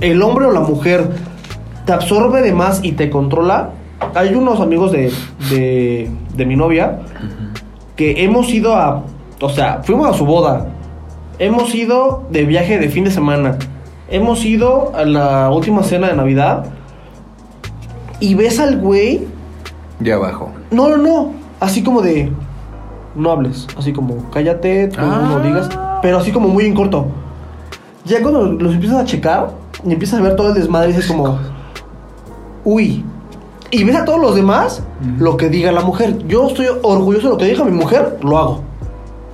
B: el hombre o la mujer te absorbe de más y te controla. Hay unos amigos de, de, de mi novia que hemos ido a. O sea, fuimos a su boda. Hemos ido de viaje de fin de semana. Hemos ido a la última cena de Navidad. Y ves al güey.
A: Ya abajo.
B: No, no, no. Así como de. No hables. Así como, cállate, tú no
A: Ah.
B: digas. Pero así como muy en corto. Ya cuando los empiezas a checar y empiezas a ver todo el desmadre, dices como. Uy. Y ves a todos los demás lo que diga la mujer. Yo estoy orgulloso de lo que diga mi mujer, lo hago.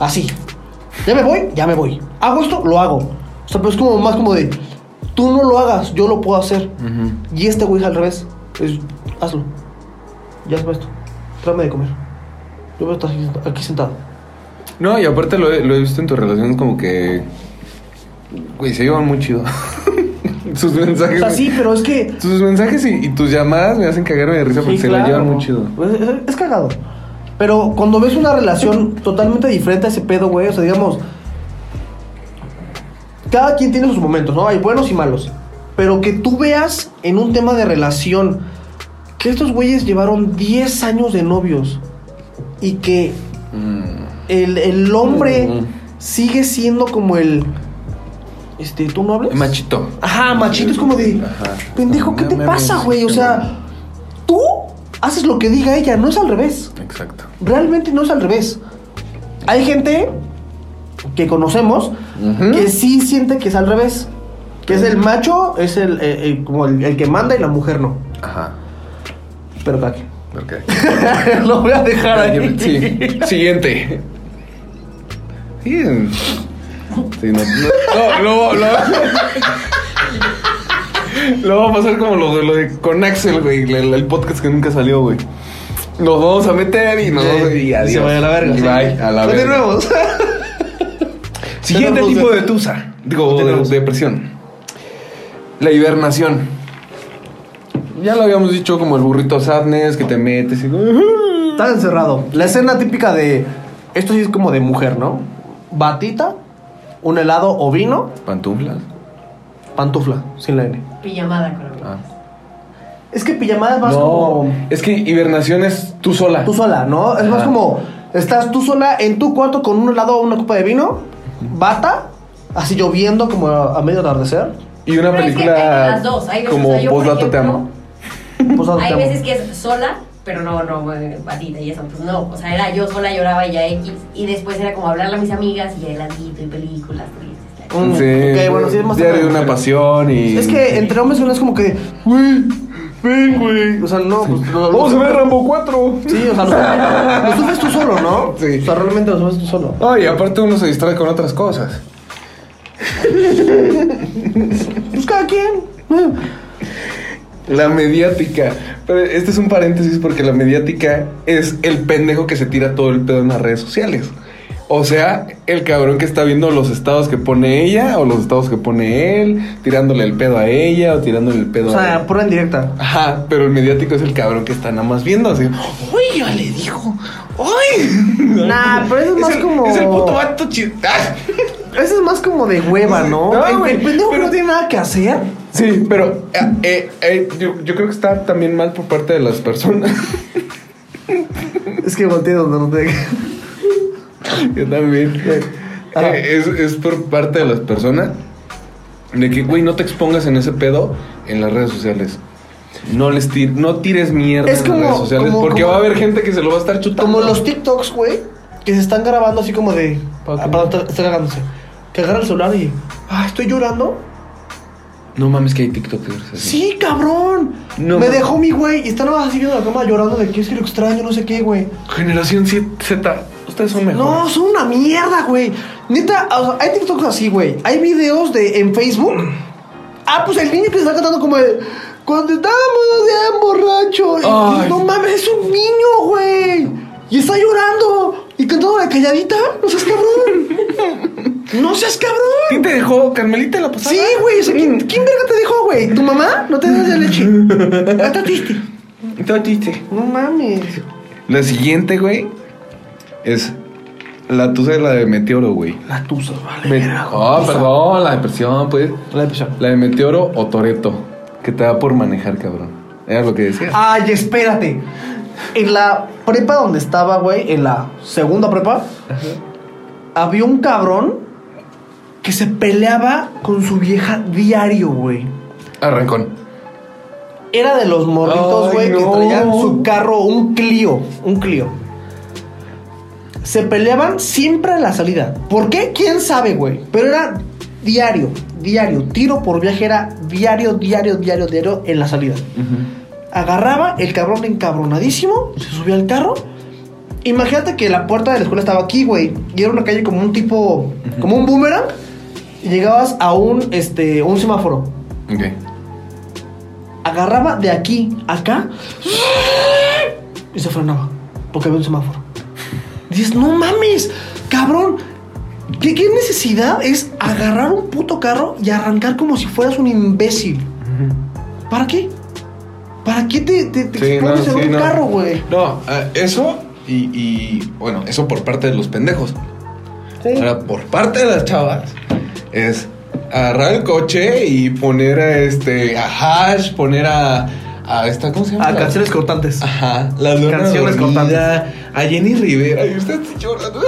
B: Así. Ya me voy, ya me voy. Hago esto, lo hago. O sea, pero es como más como de. Tú no lo hagas, yo lo puedo hacer. Y este güey es al revés. Es, hazlo. Ya sabes esto. Tráeme de comer. Yo voy a estar aquí, aquí sentado.
A: No, y aparte lo he, lo he visto en tus relaciones como que. Güey, se llevan muy chido. sus
B: O
A: mensajes.
B: sea, sí, pero es que.
A: Tus mensajes y, y tus llamadas me hacen cagarme de risa porque
B: Sí,
A: se la
B: claro.
A: llevan muy chido.
B: Es, es- es cagado. Pero cuando ves una relación totalmente diferente a ese pedo, güey, o sea, digamos. Cada quien tiene sus momentos, ¿no? Hay buenos y malos. Pero que tú veas en un tema de relación que estos güeyes llevaron 10 años de novios y que el, el hombre
A: Mm.
B: sigue siendo como el. este, tú no hables.
A: Machito.
B: Ajá, machito es como de.
A: Ajá.
B: Pendejo, ¿qué
A: No
B: te
A: mames,
B: pasa, güey? O
A: qué
B: sea, tú haces lo que diga ella, no es al revés.
A: Exacto.
B: Realmente no es al revés. Hay gente que conocemos
A: Ujú.
B: que sí siente que es al revés. Que es el macho, es el, eh, eh, como el, el que manda y la mujer no.
A: Ajá.
B: Pero para qué.
A: Ok.
B: Lo voy a dejar ahí.
A: Sí. Siguiente. Sí. Sí, no, no, no, luego- luego- luego va a pasar como lo de, lo de con Axel, güey, el, el podcast que nunca salió, güey. Nos vamos a meter y nos vamos a y adiós.
B: Se vaya a la verga.
A: Y
B: sí. Pues
A: bye, a la verga.
B: Continuemos.
A: Siguiente
B: Tenemos
A: tipo
B: de-
A: de tusa. Digo, de,
B: Tenemos.
A: depresión. La hibernación. Ya lo habíamos dicho como el burrito sadness que te metes y...
B: Estás encerrado. La escena típica de. Esto sí es como de mujer, ¿no? Batita, un helado o vino,
A: Pantuflas.
B: pantufla, sin la N.
C: Pijamada con amigos.
A: Ah.
B: Es que pijamada es más
A: no,
B: como.
A: es que hibernación es tú sola.
B: Tú sola, ¿no? Es más
A: Ajá.
B: como. Estás tú sola en tu cuarto con un helado o una copa de vino, bata, así lloviendo como a, a medio atardecer.
A: Y una
C: Pero es que
A: película
C: hay de las dos, hay veces, o
A: como
C: sea, yo, por
A: Postdata te amo.
B: Pues, hazte
C: Hay
B: algo.
C: veces que es sola, pero no, no, eh, batida y eso, pues no. O sea, era yo sola lloraba y ya X. Y después era como hablarle a mis amigas y ya heladito y películas. tristes.
B: Mm,
A: Sí,
B: ok, bueno, sí es más
A: Diario de
B: como
A: una
B: mujer.
A: pasión y...
B: Es que entre hombres uno es como que. Güey, ven, güey. O sea, no, pues. no-
A: Vamos a ver Rambo 4.
B: Sí, o sea, lo, lo subes tú solo, ¿no?
A: Sí.
B: O sea, realmente lo subes tú solo.
A: Ay, aparte uno se distrae con otras cosas.
B: Pues cada quien.
A: La mediática. Pero este es un paréntesis porque la mediática es el pendejo que se tira todo el pedo en las redes sociales. O sea, el cabrón que está viendo los estados que pone ella o los estados que pone él, tirándole el pedo a ella o tirándole el pedo
B: O
A: a él.
B: sea, pura en directa.
A: Ajá, pero el mediático es el cabrón que está nada más viendo así. ¡Uy, ya le dijo! ¡Uy!
B: Nah, pero eso es más
A: el-
B: como-
A: Es el puto vato chi- ¡Ah!
B: Eso es más como de hueva, ¿no?
A: No,
B: el,
A: güey,
B: el pendejo que
A: pero-
B: no tiene nada que hacer.
A: Sí, pero eh, eh, eh, yo, yo creo que está también mal por parte de las personas.
B: Es que volteé donde no te.
A: yo también.
B: Ajá.
A: Eh, es, es por parte de las personas de que, güey, no te expongas en ese pedo en las redes sociales. No les tir- no tires mierda
B: Es
A: en las
B: como-
A: redes sociales
B: como-
A: porque
B: como-
A: va a haber gente que se lo va a estar chutando.
B: Como los TikToks, güey, que se están grabando así como de.
A: ¿Para
B: Ah,
A: qué?
B: Perdón, está- está cagándose. Que agarra el celular y. Ah, estoy llorando.
A: No mames que hay TikTokers así.
B: Sí, cabrón.
A: No,
B: Me
A: no.
B: dejó mi güey. Y está nada más así viendo la cama llorando de que es que lo extraño, no sé qué, güey.
A: Generación Z, ustedes son
B: No,
A: mejores.
B: son una mierda, güey. Neta, o sea, hay TikToks así, güey. Hay videos de en Facebook. Ah, pues el niño que se está cantando como de. Cuando estábamos ya borracho. Y-
A: Ay.
B: y no mames, es un niño, güey. Y está llorando. Y cantando la calladita. No seas cabrón. no seas cabrón.
A: ¿Quién te dejó? ¿Carmelita la pasada?
B: Sí, güey. o sea, ¿quién, quién verga te dijo, güey? ¿Tu mamá? No te das de leche. Ah, Está triste.
A: Todo chiste.
B: No mames.
A: La siguiente, güey, es la tusa de la de Meteoro, güey.
B: La tusa, vale.
A: Me-
B: verga,
A: Oh,
B: tusa.
A: perdón, la depresión, pues.
B: La depresión.
A: La de Meteoro o Toreto, que te da por manejar, cabrón. Era lo que decía.
B: Ay, espérate. En la prepa donde estaba, güey, en la segunda prepa, había un cabrón que se peleaba con su vieja diario, güey. Ah,
A: Arrancón.
B: Era de los morritos,
A: Ay,
B: güey, que
A: no.
B: traían su carro, un Clio, un Clio. Se peleaban siempre a la salida. ¿Por qué? ¿Quién sabe, güey? Pero era diario, diario. Tiro por viaje era diario, diario, diario, diario en la salida. Agarraba el cabrón encabronadísimo, se subía al carro. Imagínate que la puerta de la escuela estaba aquí, güey. Y era una calle como un tipo, como un boomerang. Y llegabas a un, este, un semáforo.
A: Ok.
B: Agarraba de aquí a acá y se frenaba porque había un semáforo. Dices, no mames, cabrón. ¿Qué, qué necesidad es agarrar un puto carro y arrancar como si fueras un imbécil? ¿Para qué? ¿Para qué te, te, te
A: Sí, no,
B: expones en
A: sí,
B: un
A: no.
B: carro, güey?
A: No, ah, eso y, y, bueno, eso por parte de los pendejos. Ahora, por parte de las chavas, es agarrar el coche y poner a este, a Hash, poner a, a esta, ¿cómo se llama?
B: A
A: La-
B: canciones cortantes.
A: Ajá, la luna
B: Canciones
A: dormida, a Jenny Rivera, y usted está llorando.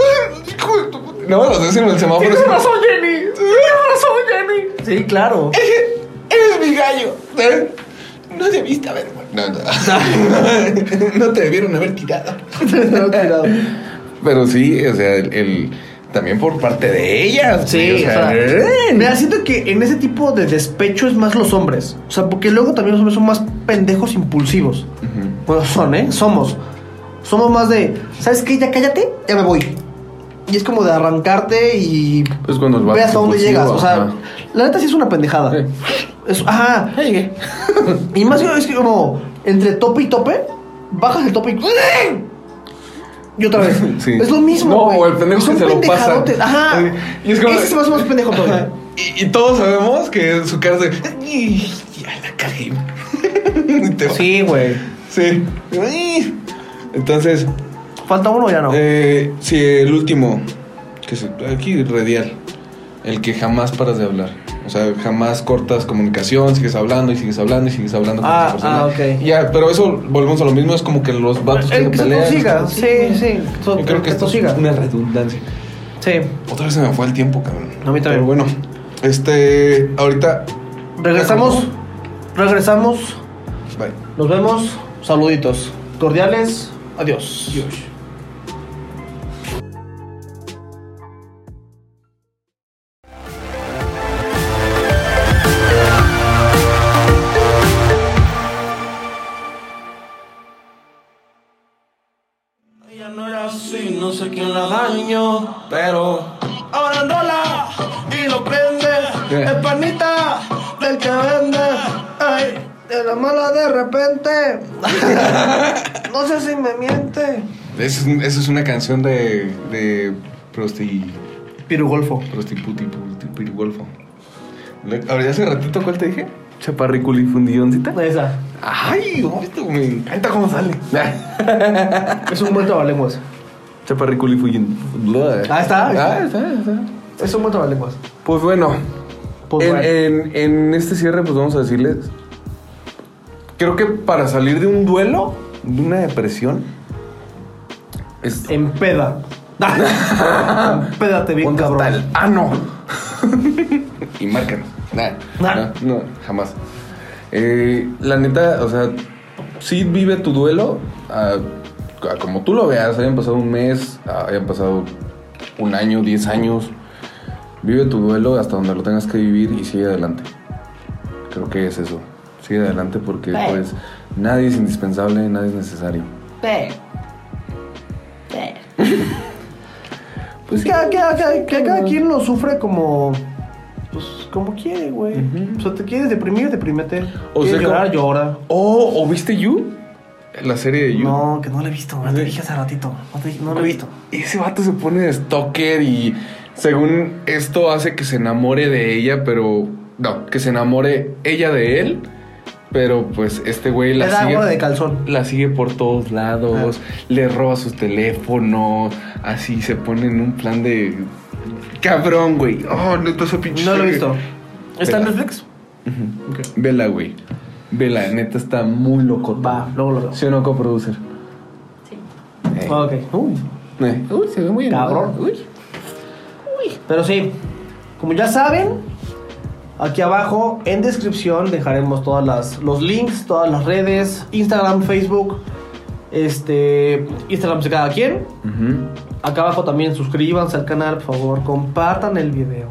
A: Hijo de tu puta- No, los dos en el semáforo. es como-
B: Jenny. Tienes razón, Jenny.
A: güey.
B: Sí, claro.
D: Ese, eres mi gallo. ¿eh? No debiste haber. No, no. no te debieron haber tirado.
B: No, cuidado.
A: Pero sí, o sea, el, el- también por parte de ellas.
B: Sí,
A: güey,
B: o sea,
A: ¡eh!
B: mira, siento que en ese tipo de despecho es más los hombres. O sea, porque luego también los hombres son más pendejos impulsivos.
A: Ujú.
B: Bueno, son, ¿eh? Somos. Somos más de, ¿sabes qué? Ya cállate, ya me voy. Y es como de arrancarte y
A: Es cuando el vato
B: ve hasta dónde
A: impulsivo,
B: llegas. O sea,
A: ajá.
B: la neta sí es una pendejada.
A: Sí.
B: Es- ajá.
A: Ya llegué.
B: Y más que es que como entre tope y tope, bajas el tope y... Y otra vez.
A: Sí.
B: Es lo mismo.
A: No,
B: güey.
A: o el pendejo
B: Son
A: que se lo pasa.
B: pendejadotes. Ajá.
A: Y es como-
B: Ese se me hace más pendejo
A: Ajá.
B: todavía.
A: Y, y todos sabemos que su cara se. "Ay, Ya la cagué. Y te va.
B: Sí, güey.
A: Sí. Ay. Entonces,
B: Falta uno o ya no.
A: eh, sí, el último. Que se, aquí, radial. El que jamás paras de hablar. O sea, jamás cortas comunicación, sigues hablando y sigues hablando y sigues hablando con
B: Ah,
A: esa persona.
B: ah, ok.
A: Ya, pero eso volvemos a lo mismo, es como que los vatos
B: el que se
A: pelean,
B: consiga. Sí, sí.
A: Yo creo que esto es
B: siga.
A: una redundancia.
B: Sí.
A: Otra vez se me fue el tiempo, cabrón.
B: A mí también.
A: Pero bueno, este. Ahorita.
B: Regresamos. Regresamos.
A: Bye.
B: Nos vemos. Saluditos. Cordiales. Adiós. Adiós.
E: Ella no era así, no sé quién la daño, pero ahora enrola y lo prende.
A: ¿Qué?
E: Es panita del que vende. Ay,
B: De la mala de repente. no sé si me miente.
A: Esa es, esa es una canción de. de. Prosti.
B: Pirugolfo.
A: Prostiputi, puti, pirigolfo. Le- Ahorita hace ratito, ¿cuál te dije? Chaparriculifundioncita.
B: Esa.
A: Ay, ahorita me encanta cómo sale.
B: Ah, Es un buen trabalenguas.
A: Chaparriculifundioncita.
B: Ah, está, ahí está.
A: Ah, está, está.
B: Es un buen trabalenguas.
A: Pues bueno.
B: Pues
A: en,
B: bueno.
A: en- en este cierre, pues vamos a decirles. Creo que para salir de un duelo, de una depresión. Es,
B: Empeda. Empédate bien,
A: Ponte
B: cabrón.
A: hasta el ano. Ah, y márcanos. Nah,
B: Nah.
A: No, no, jamás. Eh, la neta, o sea, sí vive tu duelo ah, ah, como tú lo veas. Hayan pasado un mes, ah, hayan pasado un año, diez años. Vive tu duelo hasta donde lo tengas que vivir y sigue adelante. Creo que es eso. Sigue adelante porque
C: Sí.
A: pues nadie es indispensable, nadie es necesario.
C: Pero. Pero.
B: Pues cada, cada- cada- que cada quien lo sufre como. Pues como quiere, güey.
A: Ujú.
B: O sea, te quieres deprimir, deprímete.
A: O
B: quieres
A: sea,
B: llorar,
A: como-
B: llora.
A: Oh, ¿o viste You? La serie de You.
B: No, que no lo he visto, güey. Te
A: Sí.
B: dije hace ratito. No, te dije- no lo he
A: Güey,
B: visto.
A: Ese vato se pone de stalker y según esto hace que se enamore de ella, pero no, que se enamore ella de él, pero pues este güey
B: Le
A: la
B: da
A: sigue
B: agua de Ah. calzón.
A: la sigue por todos lados, le roba su teléfono, así se pone en un plan de cabrón, güey. Oh, neta esa pinche
B: No lo he
A: serie.
B: visto. ¿Está en
A: Vela.
B: Netflix?
A: Ujú. Vela, güey. Vela, neta está muy loco.
B: Va, luego lo veo.
A: ¿Sí o no, coproducer?
C: Sí.
A: Eh.
B: Ok. Uy.
A: Eh. Uy, se ve muy enamorado.
B: Cabrón.
A: Uy.
B: Pero sí, como ya saben, aquí abajo en descripción dejaremos todas las los links, todas las redes, Instagram, Facebook, este Instagram de cada quien.
A: Ujú.
B: Acá abajo también suscríbanse al canal, por favor, compartan el video.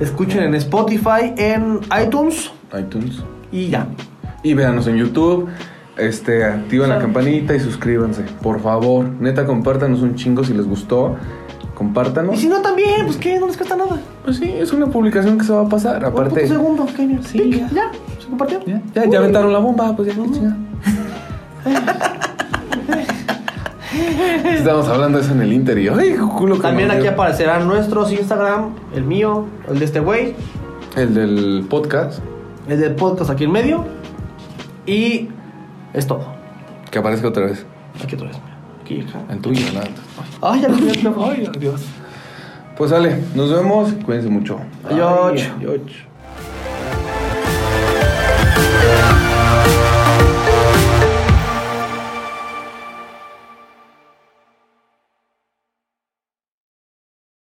B: Escuchen en Spotify, en iTunes
A: iTunes.
B: y ya.
A: Y véanos en YouTube. Este, activan la campanita y suscríbanse. Por favor, neta, compártanos un chingo si les gustó.
B: Y
A: Compártanos.
B: si no también, pues que no les cuesta nada.
A: Pues sí, es una publicación que se va a pasar.
B: Un
A: Aparte,
B: puto segundo, que mira,
A: Sí,
B: pic,
A: ya.
B: ya. se compartió.
A: ya, ya, ya aventaron la bomba, pues ya, qué chinga. Estamos hablando de eso en el interior. Ay, culo que
B: También
A: nos
B: aquí
A: dio.
B: aparecerán nuestros Instagram, el mío, el de este güey,
A: El del podcast,
B: el del podcast aquí en medio. Y es todo.
A: que aparezca otra vez.
B: Aquí otra vez. mira. Aquí, acá.
A: El tuyo, nada.
B: Ay, ya lo vi, ya lo vi. Ay, Dios.
A: Pues sale, nos vemos. Cuídense mucho.
B: Adiós.
A: Adiós.